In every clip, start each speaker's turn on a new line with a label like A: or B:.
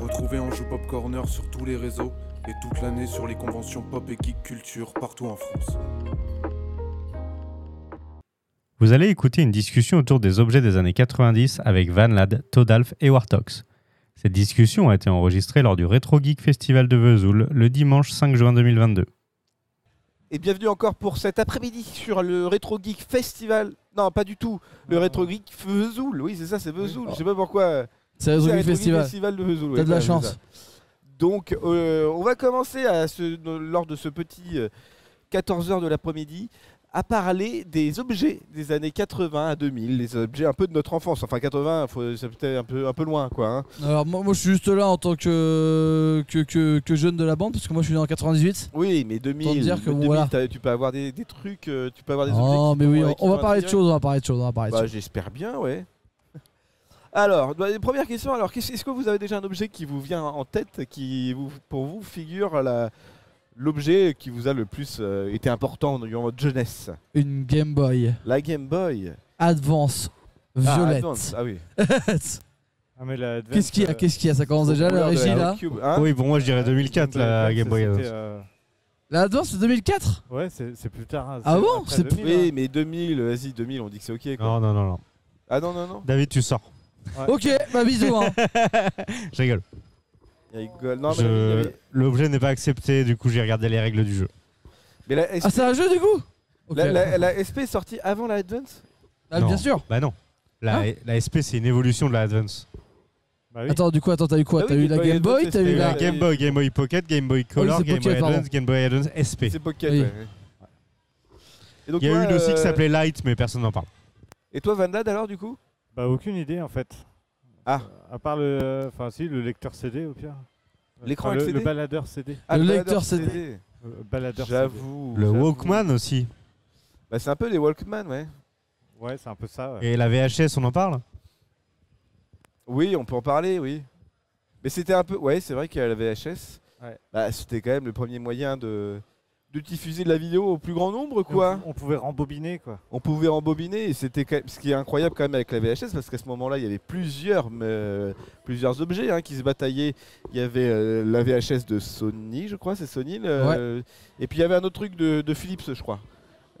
A: Retrouvez Anjou Pop Corner sur tous les réseaux et toute l'année sur les conventions pop et geek culture partout en France.
B: Vous allez écouter une discussion autour des objets des années 90 avec Van Lad, Todalf et Wartox. Cette discussion a été enregistrée lors du Retro Geek Festival de Vesoul le dimanche 5 juin 2022.
C: Et bienvenue encore pour cet après-midi sur le Retro Geek Festival. Non, pas du tout. Le
D: Ah.
C: Retro Geek Vesoul. Oui, c'est ça, c'est Vesoul. Je sais pas pourquoi.
D: C'est
C: C'est
D: le Retro
C: un
D: Geek
C: Retro Geek
D: Festival.
C: Festival de Vesoul.
D: T'as
C: ouais,
D: de la
C: voilà,
D: chance.
C: c'est ça. Donc, euh, on va commencer à ce- lors de ce petit 14h de l'après-midi à parler des objets des années 80 à 2000, les objets un peu de notre enfance. Enfin, 80, faut- c'est peut-être un peu, un peu loin, quoi. hein.
D: Alors moi, moi, je suis juste là en tant que, que, que, que jeune de la bande parce que moi je suis né en 98.
C: Oui, mais 2000,
D: dire que
C: 2000,
D: voilà.
C: t'as- tu peux avoir des, des trucs, euh, tu peux avoir des objets.
D: Oh
C: qui
D: mais
C: t'ont- ouais,
D: oui, on,
C: qui
D: on va
C: t'ont
D: parler de
C: inspiré.
D: choses, on va parler de choses, on va parler de
C: Bah,
D: choses.
C: j'espère bien, ouais. Alors, bah, première question. Alors, qu'est-ce- est-ce que vous avez déjà un objet qui vous vient en tête, qui vous, pour vous figure la- l'objet qui vous a le plus euh, été important durant votre jeunesse
D: Une Game Boy
C: La Game Boy.
D: Advance
C: Ah,
D: violette.
C: Advance, Ah, oui.
E: Ah, mais la Advance,
D: Qu'est-ce qu'il y a
E: euh,
D: Qu'est-ce qu'il y a Ça commence déjà
C: Couleur
D: la
C: de
D: régie là.
C: Cube, hein
B: oui, bon, moi je dirais 2004, la
E: Advance,
B: Game Boy
E: c'était,
B: Advance.
E: euh,
D: La Advance c'est 2004
E: Ouais, c'est c'est plus tard. hein,
D: Ah
E: c'est
D: bon
E: après
D: C'est
E: 2000,
C: Oui,
E: hein.
C: mais 2000, vas-y, 2000, on dit que c'est ok. Quoi.
B: Non, non, non, non.
C: Ah non, non, non.
B: euh, David, tu sors.
D: Ok, bah bisous. hein.
B: Je rigole.
C: Il rigole. Non, mais, il y
B: Je-
C: avait-
B: L'objet n'est pas accepté, du coup j'ai regardé les règles du jeu.
C: mais la, SP,
D: Ah c'est un jeu du coup Ok.
C: la- la- la SP est sortie avant la Advance
D: Ah,
B: Non.
D: bien sûr.
B: Bah non. La, la SP, c'est une évolution de la Advance.
E: Bah oui.
D: Attends, du coup, attends, t'as eu quoi
C: Ah
D: T'as
C: oui,
D: eu
C: Game
D: la
C: Boy
D: Game
C: Advance,
D: Boy, t'as
C: c'était
D: eu
B: Il y a
D: la Oh
C: la-
B: Game Boy, Game Boy Pocket, Game Boy Color,
D: c'est
B: Game
D: Pocket,
B: Boy
D: pardon.
B: Advance, Game Boy Advance, SP.
C: C'est Pocket,
D: Oui.
C: ouais. Et donc,
B: Il y a
C: toi,
B: une aussi
C: euh,
B: qui s'appelait Light, mais personne n'en parle.
C: Et toi, Van Lad, alors, du coup
E: Bah, aucune idée en fait. Euh,
C: Ah.
E: À part le. Enfin, si, le lecteur CD au pire.
C: L'écran
E: Enfin,
C: avec
E: le,
C: CD.
E: le baladeur CD.
C: Ah,
D: Le
C: baladeur
D: lecteur CD.
E: Le baladeur CD.
C: J'avoue.
B: Le
C: j'avoue.
B: Walkman aussi.
C: Bah, c'est un peu les Walkman, ouais.
E: Ouais, c'est un peu ça. ouais.
B: Et la VHS, on en parle
C: Oui, on peut en parler, oui. Mais c'était un peu. Ouais, c'est vrai qu'il y a la VHS.
E: Ouais.
C: Bah, c'était quand même le premier moyen de de diffuser de la vidéo au plus grand nombre
E: Et on
C: quoi
E: pou- on, pouvait rembobiner quoi.
C: on pouvait embobiner et c'était quand même- ce qui est incroyable quand même avec la VHS parce qu'à ce moment-là il y avait plusieurs euh, plusieurs objets hein, qui se bataillaient il y avait euh, la VHS de Sony je crois c'est Sony le- et puis il y avait un autre truc de, de Philips je crois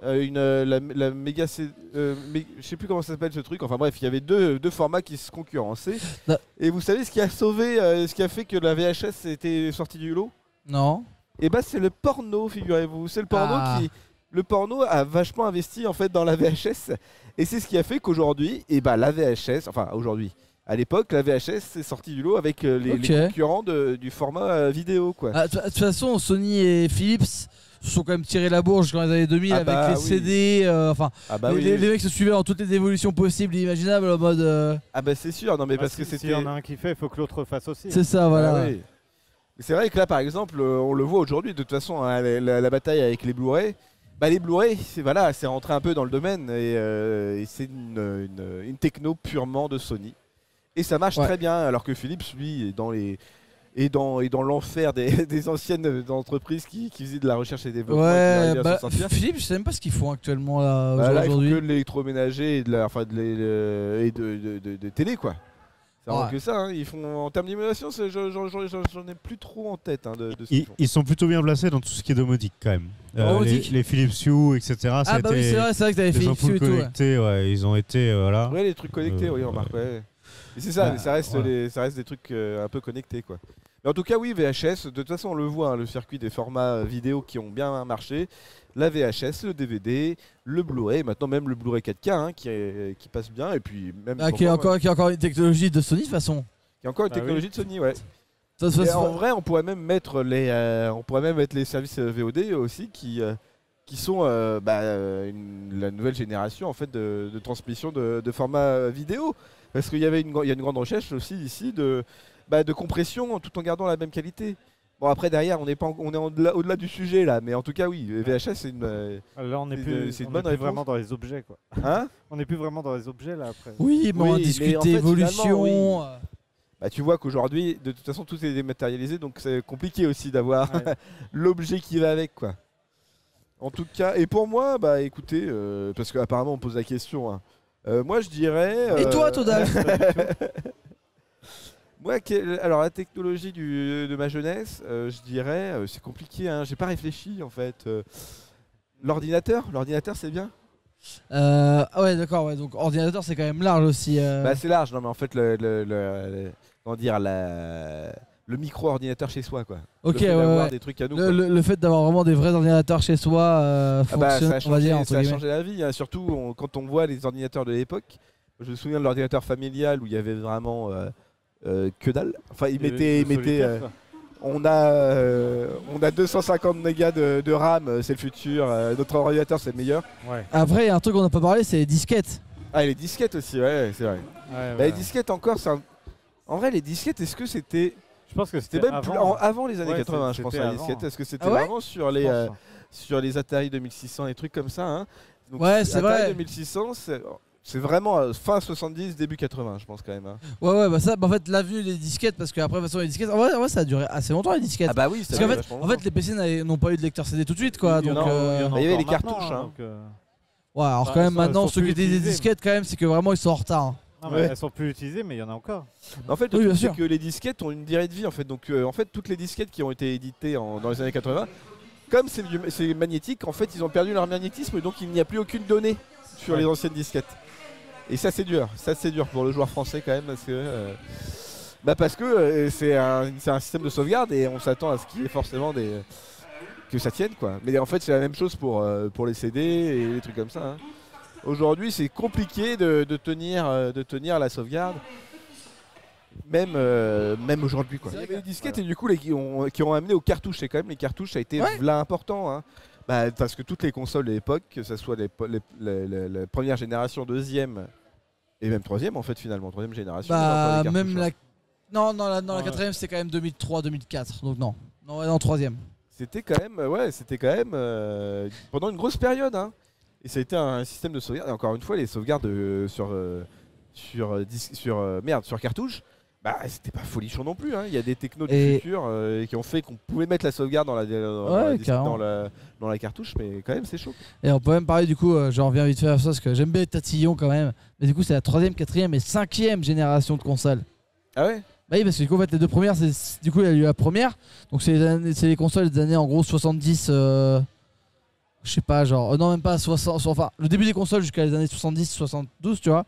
C: Euh, une euh, la, la méga C- euh, mé- je sais plus comment ça s'appelle ce truc enfin bref il y avait deux, deux formats qui se concurrençaient
D: Non.
C: et vous savez ce qui a sauvé euh, ce qui a fait que la VHS était sortie du lot
D: Non.
C: et bah c'est le porno, figurez-vous. C'est le porno
D: Ah.
C: qui. Le porno a vachement investi en fait dans la VHS. Et c'est ce qui a fait qu'aujourd'hui, et bah la VHS, enfin aujourd'hui, à l'époque, la VHS s'est sortie du lot avec euh, les,
D: Ok.
C: les concurrents de- du format euh, vidéo quoi.
D: Ah, De toute façon, Sony et Philips se sont quand même tirés la bourge dans les années 2000
C: Ah
D: avec
C: bah
D: les
C: oui.
D: CD. euh, Enfin,
C: Ah bah
D: les,
C: oui.
D: les- les mecs se suivaient en toutes les évolutions possibles et imaginables en mode. euh,
C: Ah bah c'est sûr, non mais
E: Ah,
C: parce
E: si-
C: que c'était.
E: S'il y en a un qui fait, il faut que l'autre fasse aussi.
D: c'est ça, voilà.
C: Ah oui. Mais C'est vrai que là, par exemple, euh, on le voit aujourd'hui, de toute façon, hein, la, la- la bataille avec les Blu-ray. Bah, les Blu-ray, c'est voilà, c'est rentré un peu dans le domaine et, euh, et c'est une, une- une techno purement de Sony. Et ça marche
D: Ouais.
C: très bien, alors que Philips, lui, est dans les est dans, est dans l'enfer des, des anciennes entreprises qui, qui faisaient de la recherche et développement. et qui
D: Ouais,
C: n'arrivaient à
D: bah,
C: s'en sortir.
D: Philips, je sais même pas ce qu'ils font actuellement là
C: Bah, là, il faut que
D: aujourd'hui.
C: de l'électroménager et de la, enfin, de l'é- euh, et de, de- de- de télé, quoi. C'est vraiment
D: Ouais.
C: que ça. hein. Ils font en termes d'innovation, c'est- j'en- j'en j'en- j'en- j'en ai plus trop en tête hein, de, de ce qu'ils
B: ils,
C: font.
B: ils sont plutôt bien placés dans tout ce qui est domotique quand même. Euh, les,
D: Domotique
B: les Philips Hue, etc. ça a
D: Oh, Ah bah oui,
B: été
D: c'est vrai, c'est vrai que t'avais
B: des
D: Philips
B: ampoules
D: et tout. ouais.
B: connectées, ouais, ils ont été euh, voilà.
C: Ouais, les trucs connectés,
B: Euh,
C: oui, remarque. ouais. Et c'est ça,
B: Bah,
C: mais ça reste,
B: voilà.
C: les- ça reste des trucs euh, un peu connectés, quoi. Mais en tout cas, oui, VHS, de toute façon, on le voit, hein, le circuit des formats euh, vidéo qui ont bien marché. La VHS, le DVD, le Blu-ray, maintenant même le Blu-ray 4K hein, qui, est- qui passe bien, et puis même.
D: Ah,
C: pour
D: qui est
C: moi,
D: encore, qui est encore une technologie de Sony de toute façon.
C: qui est encore une
E: Bah oui.
C: technologie de Sony, ouais.
D: De toute
C: Et
D: façon,
C: en vrai, on pourrait même mettre les, euh, on pourrait même mettre les services euh, VOD aussi qui, euh, qui sont euh, bah, euh, une- la nouvelle génération en fait de, de transmission de, de format euh, vidéo. Parce qu'il y avait une, gr- il y a une grande recherche aussi ici de, bah, de compression tout en gardant la même qualité. Bon après derrière, on est pas, en- on est en- au-delà au-delà du sujet là, mais en tout cas oui, les VHS c'est une, euh,
E: Là, on n'est
C: C'est
E: plus,
C: de- c'est une
E: on
C: bonne
E: est plus
C: réponse.
E: vraiment dans les objets quoi.
C: hein
E: On n'est plus vraiment dans les objets là après.
D: oui, mais on
C: oui,
D: discute
C: mais en fait, finalement,
D: d'évolution. euh.
C: oui. Bah, tu vois qu'aujourd'hui, de toute façon, tout est dématérialisé, donc c'est compliqué aussi d'avoir
E: Ouais.
C: l'objet qui va avec, quoi. En tout cas, et pour moi, bah écoutez, euh, parce qu'apparemment on pose la question. hein. Euh, moi, je dirais.
D: Et
C: euh,
D: toi, Todal
C: Moi, Ouais, quelle- alors la technologie du- de ma jeunesse, euh, je dirais, euh, c'est compliqué, hein, j'ai pas réfléchi en fait. euh, l'ordinateur, l'ordinateur c'est bien
D: Euh, ah ouais, d'accord, ouais, donc ordinateur c'est quand même large aussi. euh.
C: Bah c'est large, non mais en fait le, le- le- le- comment dire la- le micro-ordinateur chez soi quoi.
D: ok,
C: le fait
D: ouais,
C: d'avoir
D: ouais.
C: des trucs à nous.
D: Le,
C: quoi.
D: le- le fait d'avoir vraiment des vrais ordinateurs chez soi euh,
C: Ah bah,
D: fonctionne,
C: ça a
D: on va
C: changé,
D: dire, entre
C: ça a
D: guillemets.
C: changé la vie, hein, surtout on- quand on voit les ordinateurs de l'époque. Je me souviens de l'ordinateur familial où il y avait vraiment euh, euh, que dalle. Enfin, il mettait, il mettait, euh, on a, euh, on a 250 mégas de, de RAM, euh, c'est le futur. euh, notre ordinateur, c'est le meilleur.
E: Ouais.
D: Après, il y a un truc qu'on n'a pas parlé, c'est les disquettes.
C: Ah, et les disquettes aussi, ouais, c'est vrai.
E: Ouais,
C: Bah,
E: ouais.
C: les disquettes encore, c'est un- En vrai, les disquettes, est-ce que c'était.
E: Je pense que
C: C'était
E: c'était
C: même
E: avant.
C: plus- en- avant les années
E: Ouais,
C: 80, je
E: c'était
C: pense, à les
E: avant.
C: disquettes. Est-ce que c'était
D: Ah ouais
C: vraiment sur
E: je
C: les,
E: pense,
C: euh,
E: hein.
C: sur les Atari 2600 et trucs comme ça hein. Donc,
D: Ouais, c'est
C: Atari
D: vrai.
C: 2600, c'est- c'est vraiment euh, fin 70, début 80, je pense quand même. hein.
D: Ouais, ouais, bah ça, bah, en fait, l'avenue des disquettes, parce qu'après, de toute façon, les disquettes, en vrai, en vrai, ça a duré assez longtemps les disquettes.
C: Ah bah oui,
D: parce qu'en fait, en fait, les PC n'avaient- n'ont pas eu de lecteur CD tout de suite, quoi.
E: Il y en
D: Donc,
E: a-
D: euh,
E: il y en a
C: il y avait
E: encore
C: les
E: maintenant,
C: cartouches, hein.
E: donc, euh,
D: ouais, alors
E: Bah,
D: quand même,
E: ça,
D: maintenant,
E: ils sont
D: ceux qui
E: plus
D: utilisent des
E: utilisés.
D: disquettes, quand même, c'est que vraiment, ils sont en retard. hein.
E: non, mais
C: Ouais.
E: Elles sont plus utilisées, mais il y en a encore.
C: En fait, le
D: Oui, bien
C: truc,
D: sûr.
C: c'est que les disquettes ont une durée de vie. En fait, donc euh, en fait, toutes les disquettes qui ont été éditées en- dans les années 80, comme c'est du- c'est magnétique, en fait, ils ont perdu leur magnétisme, et donc il n'y a plus aucune donnée sur les anciennes disquettes. Et ça, c'est dur. Ça, c'est dur pour le joueur français quand même, parce que. euh, bah parce que euh, c'est un, c'est un système de sauvegarde et on s'attend à ce qu'il y ait forcément des que ça tienne quoi. Mais en fait c'est la même chose pour, euh, pour les CD et les trucs comme ça. hein. Aujourd'hui c'est compliqué de, de tenir, euh, de tenir la sauvegarde. Même, euh, même aujourd'hui quoi. Il y avait les disquettes et du coup les, qui, ont, qui ont amené aux cartouches et quand même les cartouches ça a été
D: Ouais.
C: là important. hein. Bah, parce que toutes les consoles de l'époque, que ce soit les, po- les- les- les- les premières générations, deuxième et même troisième en fait finalement, troisième génération. ils ont
D: Bah,
C: encore des
D: même
C: cartouches, hein.
D: la. Non, non, la, non, la
E: Ouais.
D: quatrième, c'était quand même 2003-2004, donc non. Non, ouais, non, troisième.
C: C'était quand même, ouais, c'était quand même euh, pendant une grosse période. Hein. Et ça a été un système de sauvegarde. Et encore une fois, les sauvegardes euh, sur euh, sur euh, disque- sur euh, merde, sur cartouche, bah c'était pas folichon non plus. hein. Il y a des technos du
D: Et-
C: futur euh, qui ont fait qu'on pouvait mettre la sauvegarde dans la dans,
D: Ouais,
C: la, disque-
D: carrément.
C: dans la- dans la cartouche, mais quand même c'est chaud.
D: Et on peut même parler du coup, euh, j'en reviens vite fait à ça, parce que j'aime bien les tatillons quand même. Mais du coup, c'est la troisième, quatrième et cinquième génération de consoles.
C: Ah ouais.
D: Bah oui, parce que du coup, en fait, les deux premières, c'est du coup, il y a eu la première. Donc, c'est les, années- c'est les consoles des années en gros 70. euh, je sais pas, genre. euh, non, même pas 60. Enfin, le début des consoles jusqu'à les années 70, 72, tu vois.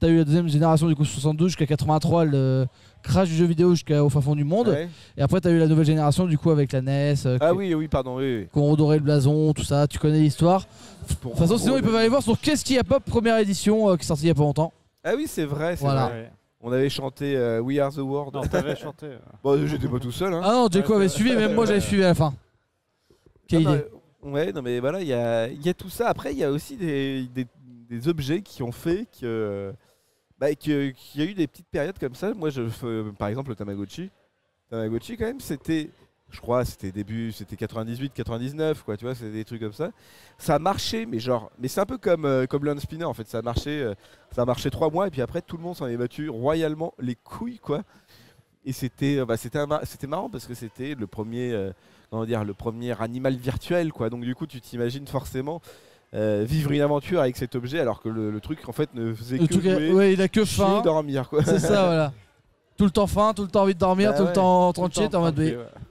D: T'as eu la deuxième génération, du coup, 72 jusqu'à 83, le crash du jeu vidéo jusqu'au fin fond du monde.
C: Ah Ouais.
D: Et après, t'as eu la nouvelle génération, du coup, avec la NES. euh,
C: Ah
D: qui-
C: oui, oui, pardon, oui.
D: Qu'on redorait le blason, tout ça, tu connais l'histoire.
C: oui. Pour-
D: De toute façon, sinon ils peuvent aller voir sur Qu'est-ce qu'il y a pop, première édition euh, qui est sortie il y a pas longtemps.
C: Ah oui, c'est vrai. c'est
D: Voilà. Ah.
C: vrai.
E: Ouais.
C: On avait chanté euh, We Are the World.
E: Non, t'avais chanté. euh.
C: Bon, j'étais pas tout seul. Hein.
D: Ah non, Jaco avait suivi, même moi j'avais suivi à la fin. Quelle
C: Ah Non,
D: idée.
C: non, ouais, non, mais voilà, il y a, il y a tout ça. Après, il y a aussi des, des- des objets qui ont fait que. Bah, que- qu'il y a eu des petites périodes comme ça. Moi, je, fais- par exemple, le Tamagotchi. Tamagotchi, quand même, c'était. Je crois, c'était début, c'était 98, 99, quoi, tu vois, c'est des trucs comme ça. Ça marchait, mais genre, mais c'est un peu comme, euh, comme le Spinner, en fait, ça marchait, euh, ça marchait trois mois, et puis après, tout le monde s'en est battu royalement les couilles, quoi. Et c'était, euh, bah, c'était, un mar- c'était marrant parce que c'était le premier, euh, comment dire, le premier animal virtuel, quoi. Donc du coup, tu t'imagines forcément euh, vivre une aventure avec cet objet, alors que le, le truc en fait ne faisait
D: Le
C: que
D: truc,
C: jouer,
D: ouais, il a que
C: chier,
D: faim.
C: dormir, quoi.
D: C'est ça, voilà. Tout le temps faim, tout le temps envie de dormir,
C: Bah
D: tout
C: ouais,
D: le temps
C: Tout le
D: tranché, t'es
C: temps
D: en mode.
C: tranquille,
D: mais-
C: ouais.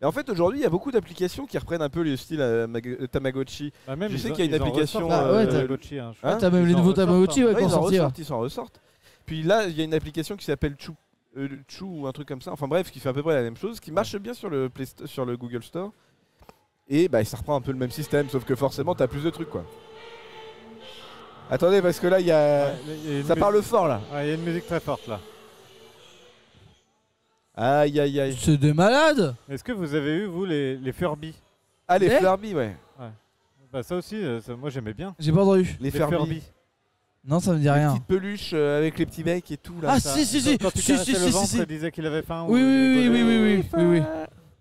C: Mais en fait, aujourd'hui, il y a beaucoup d'applications qui reprennent un peu le style euh, Mag- euh, Tamagotchi.
E: Bah, même
C: Je
E: ils
C: sais
E: en-
C: qu'il y a une
E: ils en
C: application,
E: ressortent,
D: euh,
E: euh,
D: ouais, t'as-
E: Lotchi, hein, je
C: Hein
E: crois.
D: T'as même
E: Ils
D: les
E: en
D: nouveaux
E: ressortent,
D: Tamagotchi
E: hein.
D: ouais,
C: Ouais,
D: qui
C: ils,
D: ont
C: en
D: sorti. ouais.
C: ressortent, ils en ressortent. Puis là, il y a une application qui s'appelle Chou, euh, Chou ou un truc comme ça. Enfin bref, qui fait à peu près la même chose, qui marche bien sur le, Play Sto- sur le Google Store. Et bah, ça reprend un peu le même système, sauf que forcément, t'as plus de trucs quoi. Attendez, parce que là, il y a.
E: Ouais, mais il y a une
C: Ça
E: mu-
C: parle fort là.
E: Ouais, il y a une musique très forte là.
C: Aïe aïe aïe.
D: C'est des malades
E: Est-ce que vous avez eu, vous, les, les Furby
C: Ah, les
D: Eh
C: Furby, ouais.
E: bah, Ça aussi, euh, ça- moi j'aimais bien.
D: J'ai pas entendu.
C: Les,
E: Les
C: Furby.
E: Furby.
D: Non, ça me dit
C: Les
D: rien.
C: petites peluches euh, avec les petits mecs et tout là.
D: Ah,
E: Ça,
D: si, si, si,
E: Quand tu
D: si,
E: caressais
D: si,
E: le
D: si,
E: ventre,
D: si.
E: ça disait qu'il avait faim.
D: Oui,
E: ou-
D: oui, oui, oui, oui, oui, oui, oui.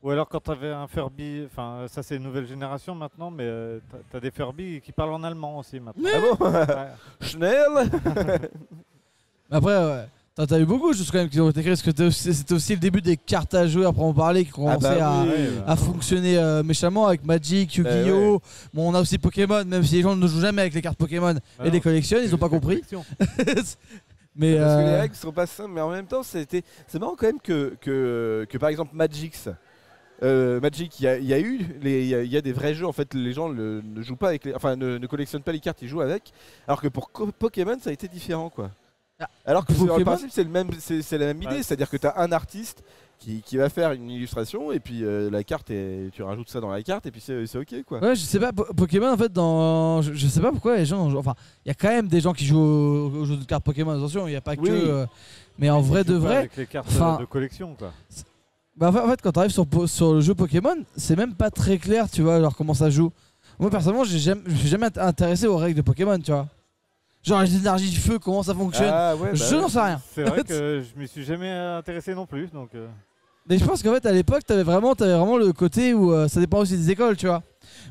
E: Ou alors quand t'avais un Furby, enfin euh, ça c'est une nouvelle génération maintenant, mais euh, t'as- t'as des Furby qui parlent en allemand aussi maintenant.
C: Ah bon
E: Ouais.
C: Schnell
D: Mais Après, ouais. T'as t'as eu beaucoup, juste quand même, qui ont été créés, parce que t'es aussi- c'était aussi le début des cartes à jouer, après on hein. parlait, qui
C: Ah
D: commençaient à.
C: bah oui.
E: Ouais, bah.
D: à fonctionner euh, méchamment avec Magic,
C: Bah
D: Yu-Gi-Oh! Bon, on a
C: Ah
D: aussi Pokémon, même si les gens ne jouent jamais avec les cartes Pokémon
E: Bah
D: et les
E: non,
D: collectionnent, ils ont pas compris.
E: Collection.
D: Mais
C: Parce que les
D: euh,
C: règles sont pas simples, mais en même temps, c'était. C'est marrant quand même que, que, que par exemple Magix. euh, Magic, il y, a- il y a eu, les- il y, a- il y a des vrais jeux en fait, les gens le- ne jouent pas avec, les, enfin ne, ne collectionnent pas les cartes, ils jouent avec. Alors que pour Co- Pokémon, ça a été différent quoi.
D: Ah,
C: Alors que sur le
D: Pokémon
C: principe, c'est le même, c'est c'est la même idée,
E: Ouais.
C: c'est-à-dire que tu as un artiste qui, qui va faire une illustration et puis euh, la carte, est- tu rajoutes ça dans la carte et puis c'est c'est ok quoi.
D: ouais, je sais pas, Po- Pokémon en fait, dans, je, je sais pas pourquoi les gens, en jouent- enfin, il y a quand même des gens qui jouent aux, aux jeux de cartes Pokémon, attention, il n'y a pas que,
C: Oui.
D: euh, mais en vrai
E: Ils
D: de
E: jouent pas
D: vrai,
E: Avec les cartes
D: enfin-
E: de collection, quoi.
D: Bah en fait- en fait quand t'arrives sur, po- sur le jeu Pokémon, c'est même pas très clair, tu vois, genre comment ça joue. Moi personnellement, j'ai jamais, je suis jamais int- intéressé aux règles de Pokémon, tu vois. Genre les énergies du feu, comment ça fonctionne.
C: Ah ouais, bah
D: je
C: ouais.
D: n'en sais rien.
E: C'est vrai que je m'y suis jamais intéressé non plus, donc. euh,
D: Mais je pense qu'en fait à l'époque, t'avais vraiment, t'avais vraiment le côté où euh, ça dépend aussi des écoles, tu vois.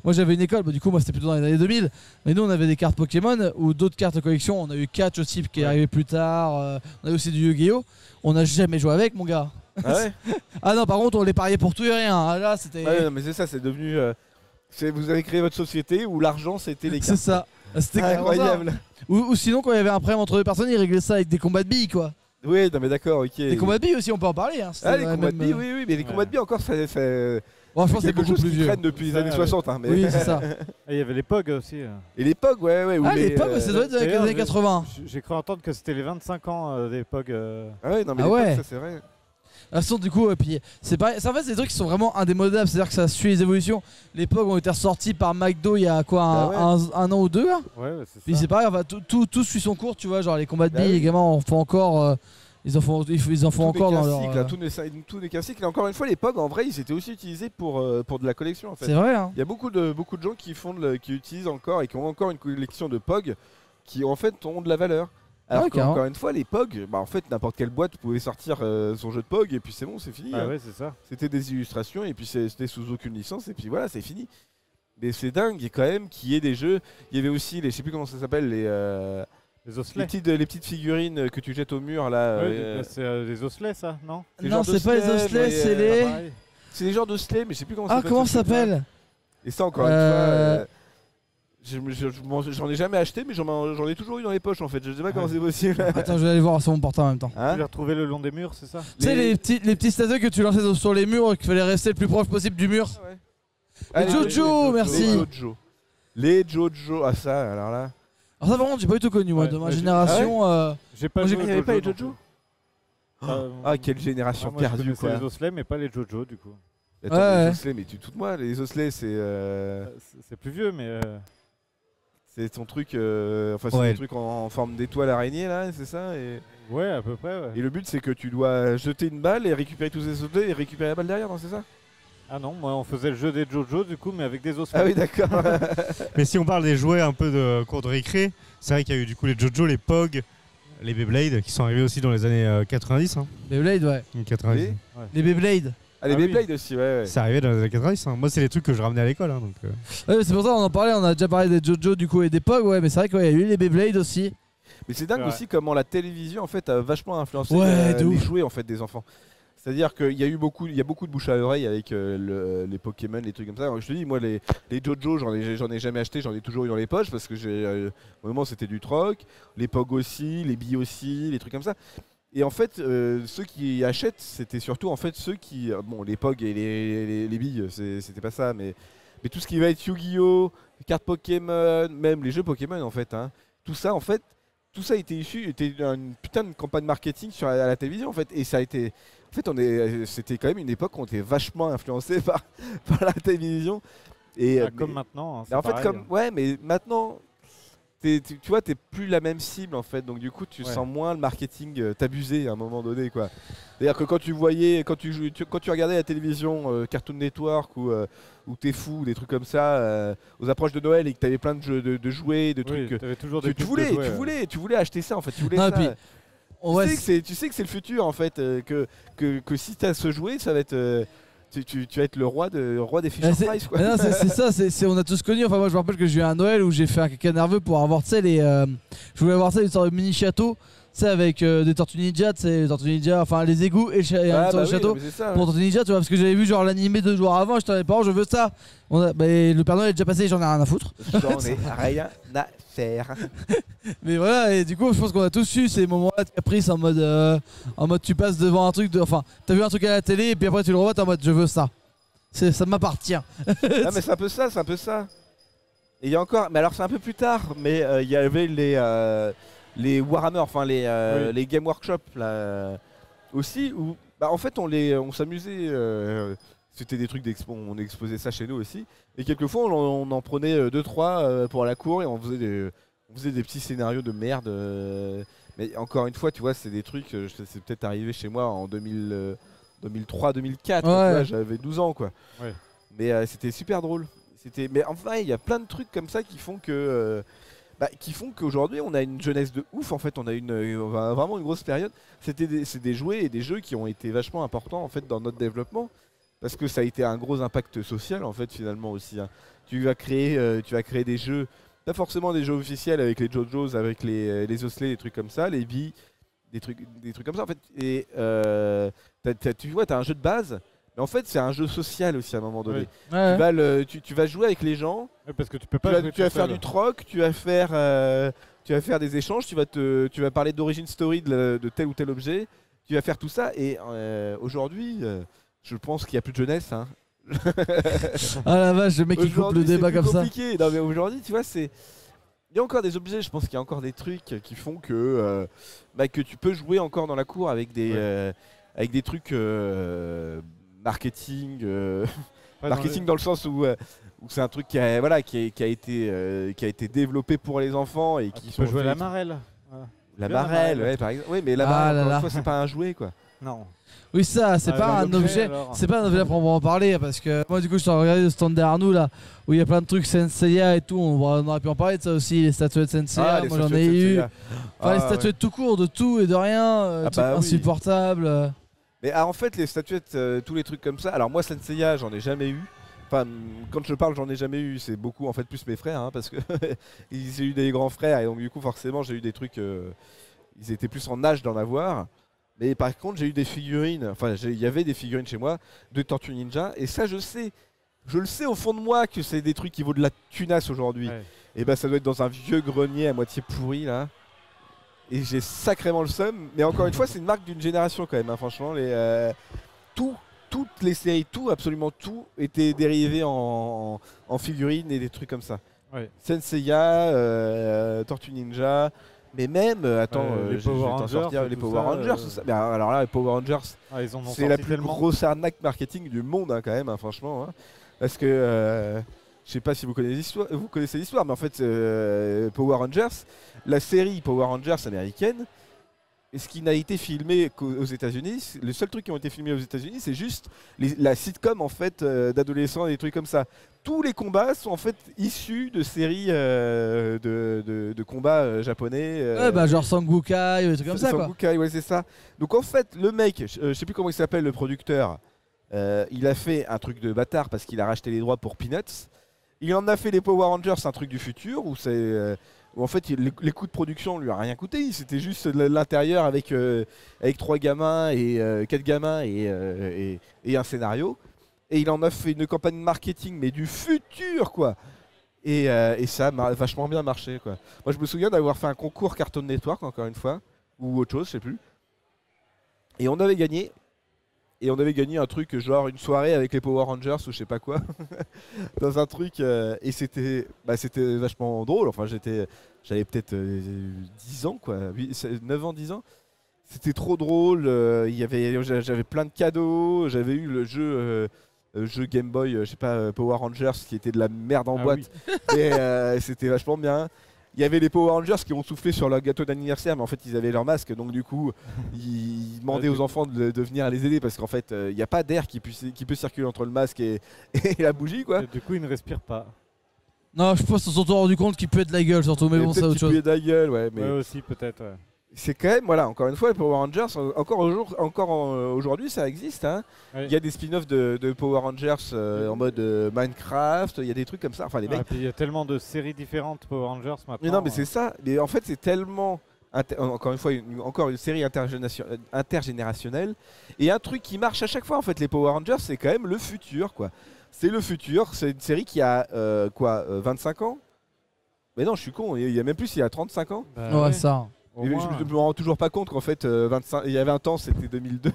D: Moi j'avais une école, bah, du coup moi c'était plutôt dans les années 2000, mais nous on avait des cartes Pokémon ou d'autres cartes de collection. On a eu Catch aussi qui est
E: Ouais.
D: arrivé plus tard, euh, on a eu aussi du Yu-Gi-Oh! On n'a jamais joué avec mon gars.
C: Ah ouais
D: Ah non par contre on les pariait pour tout et rien, Ah, là c'était...
C: Ouais, non, mais c'est ça, c'est devenu. euh, c'est- vous avez créé votre société où l'argent c'était les
D: c'est
C: cartes. Ah,
D: ça, c'était carrément ça.
C: Incroyable.
D: Ou, ou sinon, quand il y avait un problème entre deux personnes, ils réglaient ça avec des combats de billes, quoi.
C: Oui, non, mais d'accord, ok.
D: Des combats de billes aussi, on peut en parler. Hein, c'était
C: Ah, les
D: dans la
C: combats de
D: même,
C: billes,
D: euh,
C: oui, oui, mais les
E: Ouais.
C: combats de billes encore, ça, ça,
D: Bon, je pense que c'est
C: quelque
D: beaucoup
C: chose
D: plus
C: qui
D: vieux.
C: traîne depuis les
E: Ça,
C: années
E: ouais.
C: 60. hein, mais...
D: Oui, c'est ça.
E: et Ah, Il y avait les POG aussi. euh.
C: Et l'époque, ouais, ouais. où
D: Ah,
C: les,
D: l'époque,
C: euh,
D: ça doit être dans les
E: D'ailleurs,
D: années
E: je-
D: 80.
E: J- J'ai cru entendre que c'était les 25 ans euh, des POG. euh,
C: Ah ouais, non, mais
D: Ah
C: l'époque,
D: ouais.
C: ça c'est vrai.
D: De toute façon, Ah, du coup, et puis, c'est pareil. Ça, en fait, c'est des trucs qui sont vraiment indémodables. C'est-à-dire que ça suit les évolutions. Les POG ont été ressortis par McDo il y a quoi, un,
C: Bah
D: un- un an ou deux, là
E: Ouais, ouais, c'est
D: Puis
E: ça.
D: c'est pareil, enfin, tout, tout, tout suit son cours, tu vois. Genre, les combats de
C: Bah
D: billes,
C: oui.
D: les gamins en font encore. euh, ils en font, ils, ils en font
C: Tout n'est
D: encore
C: qu'un
D: dans leur.
C: cycle, hein,
D: euh,
C: Tout n'est tout n'est qu'un cycle. Et encore une fois, l'époque, en vrai, ils étaient aussi utilisés pour, euh, pour de la collection, en fait.
D: C'est vrai, hein.
C: Il y a beaucoup de, beaucoup de gens qui font de la- qui utilisent encore et qui ont encore une collection de POG qui en fait ont de la valeur. Alors
D: Ah Ouais, carrément.
C: encore une fois, les POG, bah, en fait, n'importe quelle boîte pouvait sortir euh, son jeu de POG et puis c'est bon, c'est fini.
E: Ah
C: hein.
E: ouais, c'est ça.
C: C'était des illustrations et puis c'est- c'était sous aucune licence et puis voilà, c'est fini. Mais c'est dingue quand même qu'il y ait des jeux. Il y avait aussi les, je sais plus comment ça s'appelle, les, euh,
E: Les
C: les,
E: osselets.
C: petites, les petites figurines que tu jettes au mur là.
E: Ouais,
C: euh,
E: des- C'est euh, les osselets, ça, non
C: les
D: non,
C: genres de
D: c'est pas les
C: sleds,
D: osselets,
C: mais,
D: c'est
C: euh,
D: les.
E: Pareil.
C: C'est les genres de slay, mais je sais plus comment
D: Ah, comment
C: ce
D: ça
C: truc-là.
D: s'appelle
C: Et ça, encore
D: Euh.
C: une fois, euh, je me- je- je m'en- j'en ai jamais acheté, mais j'en m'en- j'en ai toujours eu dans les poches en fait. Je sais pas comment
E: Ouais.
C: c'est possible.
D: Attends, je vais aller voir sur mon portable en même temps.
E: Tu
C: Hein
E: les retrouvais le long des murs, c'est ça
D: Tu sais, les petits, les petits statues que tu lançais sur- sur les murs, qu'il fallait rester le plus proche possible du mur.
C: Ouais.
D: Les
C: Ah,
D: Jojo, merci.
C: Les Jojo. Les Jojo. Ah, ça, alors là.
D: Alors, ça, par contre, j'ai pas du tout connu, moi,
E: Ouais,
D: de ma
E: ouais, j'ai-
C: Ah
D: génération. euh,
E: J'ai pas
D: Moi, j'ai cru
E: joué aux
D: qu'il y avait
C: pas les
E: non
C: Jojo.
E: plus. Ah,
C: Ah, quelle
E: ah,
C: génération
E: moi, je
C: perdue
E: connaissais
C: quoi.
E: les osselets, mais pas les Jojo, du coup.
C: Attends,
D: Ouais,
C: les
D: ouais.
C: osselets, mais tu te fous de moi. Les osselets, c'est euh,
E: Euh, c'est- C'est plus vieux, mais. euh,
C: c'est ton truc. euh, enfin, c'est
B: Ouais.
C: ton truc en, en forme d'étoile araignée là, c'est ça. Et,
E: Ouais, à peu près, ouais.
C: et le but, c'est que tu dois jeter une balle et récupérer tous les osselets et récupérer la balle derrière, non, c'est ça
E: Ah non, moi, on faisait le jeu des Jojo, du coup, mais avec des osselets.
C: Ah oui, d'accord.
B: Mais si on parle des jouets un peu de cours de récré, c'est vrai qu'il y a eu du coup les JoJo, les POG, les Beyblade qui sont arrivés aussi dans les années euh, 90. hein.
D: Les Beyblade, ouais.
B: Ou 90.
C: Oui.
D: Les Beyblade.
C: Ah, les
E: Ah oui.
C: Beyblade aussi, ouais. ouais.
B: C'est arrivé dans les années 90. hein. Moi, c'est les trucs que je ramenais à l'école. hein, donc, euh.
D: Ouais, mais c'est pour ça qu'on en parlait, on a déjà parlé des JoJo du coup et des POG, ouais, mais c'est vrai qu'il y a eu les Beyblade aussi.
C: Mais c'est dingue
E: Ouais.
C: aussi comment la télévision en fait a vachement influencé
D: Ouais,
C: euh,
D: de
C: les
D: ouf.
C: jouets en fait des enfants. C'est-à-dire qu'il y a eu beaucoup, il y a beaucoup de bouche à oreille avec euh, le- les Pokémon, les trucs comme ça. Alors, je te dis, moi les, les JoJo, j'en ai, j'en ai jamais acheté, j'en ai toujours eu dans les poches parce que j'ai, euh, au moment c'était du troc. Les Pog aussi, les billes aussi, les trucs comme ça. Et en fait, euh, ceux qui achètent, c'était surtout en fait ceux qui, euh, bon, les Pog et les, les- les billes, c'est- c'était pas ça, mais mais tout ce qui va être Yu-Gi-Oh, cartes Pokémon, même les jeux Pokémon en fait. hein. tout ça en fait, tout ça était issu, était une putain de campagne marketing sur la, à la télévision en fait. Et ça a été, en fait, on est, c'était quand même une époque où on était vachement influencé par, par la télévision. Et
E: Ah,
C: euh,
E: comme
C: mais-
E: maintenant. hein, c'est
C: mais en fait,
E: pareil,
C: comme
E: hein.
C: ouais, mais maintenant, t'es- tu tu vois, t'es plus la même cible en fait. Donc du coup, tu
E: Ouais.
C: sens moins le marketing euh, t'abuser à un moment donné, quoi. C'est-à-dire que quand tu voyais, quand tu, jouais- tu- quand tu regardais la télévision, euh, Cartoon Network ou euh, ou t'es fou, des trucs comme ça, euh, aux approches de Noël et que t'avais plein de jeux, de, de jouets, de
E: Oui,
C: trucs. euh,
E: t'avais toujours
C: Tu,
E: des
C: tu
E: pubs de
C: voulais,
E: jouets,
C: tu
E: ouais.
C: voulais, tu voulais acheter ça en fait. Tu voulais
D: Non, et
C: ça.
D: puis,
C: Tu
D: Ouais,
C: sais que c'est- tu sais que c'est le futur en fait, euh, que, que, que si t'as ce jouet, ça va être, euh, tu, tu- tu vas être le roi, de, le roi des Fisher
D: Ouais, c'est-
C: Price quoi.
D: Mais non, c'est c'est ça, c'est c'est- on a tous connu. Enfin, moi, je me rappelle que j'ai eu un Noël où j'ai fait un caca nerveux pour avoir, tu sais, les. euh, je voulais avoir, ça une sorte de mini château. sais, avec euh, des Tortues Ninja, tu sais, les Tortues Ninja, enfin les égouts et le, cha- et
C: Ah,
D: en même
C: bah
D: temps le château. Pour Tortues Ninja, tu vois, parce que j'avais vu genre l'animé deux jours avant, j'étais à mes parents, je veux ça. On a- bah, le Père Noël est déjà passé, j'en ai rien à foutre.
C: J'en ai rien à faire.
D: Mais voilà, et du coup, je pense qu'on a tous eu ces moments-là de caprice en mode, euh, en mode tu passes devant un truc, de, enfin, t'as vu un truc à la télé, et puis après tu le revois, t'es en mode je veux ça. C'est- Ça m'appartient.
C: Non mais c'est un peu ça, c'est un peu ça. Et il y a encore, mais alors c'est un peu plus tard, mais euh, il y avait les euh, les Warhammer, enfin les euh,
E: Oui.
C: les Game Workshop là euh, aussi où bah en fait on les on s'amusait. euh, c'était des trucs d'expo, on exposait ça chez nous aussi. Et quelquefois on, en- on en prenait euh, deux trois euh, pour la cour et on faisait des on faisait des petits scénarios de merde. euh, mais encore une fois, tu vois, c'est des trucs. euh, je- C'est peut-être arrivé chez moi en 2000, euh, 2003, 2004.
D: Ouais.
C: tu vois, J'avais 12 ans, quoi.
E: Ouais.
C: Mais euh, c'était super drôle. C'était. Mais enfin, il y a plein de trucs comme ça qui font que. euh, bah, qui font qu'aujourd'hui on a une jeunesse de ouf en fait on a une euh, on a vraiment une grosse période c'était des, c'est des jouets et des jeux qui ont été vachement importants en fait dans notre développement parce que ça a été un gros impact social en fait finalement aussi hein. tu vas créer euh, tu vas créer des jeux pas forcément des jeux officiels avec les JoJo's, avec les, euh, les osselets, des trucs comme ça, les billes, des trucs, des trucs comme ça en fait. Et euh, t'as- t'as- tu vois, tu as un jeu de base, mais en fait c'est un jeu social aussi à un moment donné.
E: Oui.
D: Ouais.
C: Tu, vas le- tu- tu vas jouer avec les gens,
E: Ouais, Parce que tu peux
C: tu
E: pas.
C: vas,
E: jouer
C: tu vas
E: tout
C: faire
E: seul.
C: du troc, tu vas faire, euh, tu vas faire des échanges, tu vas, te, tu vas parler d'origine story de, la- de tel ou tel objet, tu vas faire tout ça. Et euh, aujourd'hui, euh, je pense qu'il n'y a plus de jeunesse. hein.
D: Ah la vache, le mec qui coupe le
C: Aujourd'hui,
D: débat
C: c'est plus
D: comme ça.
C: compliqué. Non mais aujourd'hui, tu vois, c'est il y a encore des objets, je pense qu'il y a encore des trucs qui font que euh, bah, que tu peux jouer encore dans la cour avec des
E: Ouais.
C: euh, avec des trucs euh, marketing euh,
E: Ouais, dans
C: marketing dans le sens où euh, où c'est un truc qui a, voilà, qui a, qui a été, euh, qui a été développé pour les enfants et
E: les- Ah,
C: qui
E: Tu
C: sont
E: peux jouer à la
C: faits-
E: marelle.
C: La
E: bien la
C: marelle,
E: marelle.
C: ouais, par exemple. Oui, mais la
D: Ah
C: marelle,
D: là
C: encore une
D: là.
C: fois, c'est pas un jouet, quoi.
E: Non.
D: Oui ça, c'est
E: Ah,
D: pas
E: bah,
D: un
E: l'objet,
D: objet.
E: alors.
D: C'est pas un objet pour en parler parce que moi du coup je suis en train de regarder le stand d'Arnoux là où il y a plein de trucs Senseiya et tout, on, on aurait pu en parler de ça aussi, les statuettes
C: Ah,
D: Senseiya, moi j'en ai eu. Enfin les statuettes tout court, de tout et de rien, euh,
C: Ah
D: trucs
C: bah oui.
D: insupportables. euh.
C: Mais ah, en fait, les statuettes, euh, tous les trucs comme ça. Alors moi, Senseiya, j'en ai jamais eu. Enfin, mm, quand je parle, j'en ai jamais eu. C'est beaucoup, en fait, plus mes frères, hein, parce que ils- j'ai eu des grands frères et donc du coup, forcément, j'ai eu des trucs. euh, ils étaient plus en âge d'en avoir. Mais par contre, j'ai eu des figurines. Enfin, j'ai- il y avait des figurines chez moi de Tortue Ninja. Et ça, je sais. Je le sais au fond de moi que c'est des trucs qui vaut de la tunasse aujourd'hui.
E: Ouais.
C: Et ben ça doit être dans un vieux grenier à moitié pourri là. Et j'ai sacrément le seum. Mais encore une fois, c'est une marque d'une génération quand même. hein. Franchement, les, euh, tout, toutes les séries, tout, absolument tout, était dérivé en, en, en figurines et des trucs comme ça.
E: Ouais.
C: Senseiya, euh, Tortue Ninja, mais même, euh, attends,
E: Euh, les
C: je- je vais
E: Power
C: t'en
E: Rangers,
C: sortir,
E: et
C: les
E: tout
C: Power
E: ça,
C: Rangers,
E: euh.
C: tout ça. Mais alors là, les Power Rangers,
E: Ah, ils en ont
C: c'est la
E: sorti
C: plus
E: tellement.
C: grosse arnaque marketing du monde hein, quand même, hein, franchement. hein. Parce que euh, je sais pas si vous connaissez l'histoire, vous connaissez l'histoire, mais en fait, euh, Power Rangers, la série Power Rangers américaine, ce qui n'a été filmé qu'aux aux États-Unis, c'est- le seul truc qui ont été filmés aux États-Unis, c'est juste les- la sitcom en fait euh, d'adolescents et des trucs comme ça. Tous les combats sont en fait issus de séries euh, de, de- de combats euh, japonais. euh,
D: Ouais bah genre Sangukai, des trucs comme ça quoi.
C: Sangukai, ouais, c'est ça. Donc en fait, le mec, je, euh, je sais plus comment il s'appelle, le producteur, euh, il a fait un truc de bâtard parce qu'il a racheté les droits pour Peanuts. Il en a fait les Power Rangers, un truc du futur où c'est. euh, où en fait, il- les, les coûts de production lui a rien coûté. C'était juste de l'intérieur avec euh, avec trois gamins et euh, quatre gamins et, euh, et- et un scénario. Et il en a fait une campagne marketing, mais du futur quoi. Et, euh, et ça a mar- vachement bien marché quoi. Moi, je me souviens d'avoir fait un concours Cartoon Network encore une fois ou autre chose, je sais plus. Et on avait gagné. Et on avait gagné un truc genre une soirée avec les Power Rangers ou je sais pas quoi. dans un truc euh, et c'était bah, c'était vachement drôle. Enfin, j'étais j'avais peut-être euh, 10 ans quoi, 9 ans 10 ans. C'était trop drôle, euh, il y avait j'a- j'avais plein de cadeaux, j'avais eu le jeu euh, euh, jeu Game Boy, euh, je sais pas euh, Power Rangers qui était de la merde en
E: Ah
C: boîte.
E: oui.
C: Et euh, c'était vachement bien. Il y avait les Power Rangers qui ont soufflé sur leur gâteau d'anniversaire, mais en fait ils avaient leur masque, donc du coup ils demandaient aux enfants de, de venir les aider parce qu'en fait euh, il n'y a pas d'air qui, puisse- qui peut circuler entre le masque et, et la bougie quoi.
E: Et Du coup, ils ne respirent pas.
D: Non je pense qu'ils se sont rendu compte qu'il peut de la gueule surtout mais
C: Et
D: bon c'est
C: peut-être
D: autre
C: qu'ils
D: chose.
C: puaient de la gueule, ouais, mais
E: Ouais, aussi, peut-être. ouais.
C: c'est quand même, voilà, encore une fois, les Power Rangers, en- encore, au jour- encore en- euh, aujourd'hui ça existe. hein.
E: Ouais.
C: Il y a des spin-offs de, de Power Rangers euh, en mode euh, Minecraft, il y a des trucs comme ça, enfin les
E: Ah,
C: mecs.
E: puis il y a tellement de séries différentes Power Rangers maintenant.
C: Mais non, mais c'est ça. Mais en fait, c'est tellement inter- en- encore une fois, une, encore une série intergénération- euh, intergénérationnelle. Et un truc qui marche à chaque fois, en fait, les Power Rangers, c'est quand même le futur, quoi. C'est le futur, c'est une série qui a, euh, quoi, euh, 25 ans Mais non, je suis con, il y a- il y a même plus, il y a 35 ans.
E: Bah
D: ouais,
E: ouais,
D: ça.
E: au
C: Mais
E: moins.
C: Je me rends toujours pas compte qu'en fait, euh, 25, il y a 20 ans, c'était 2002.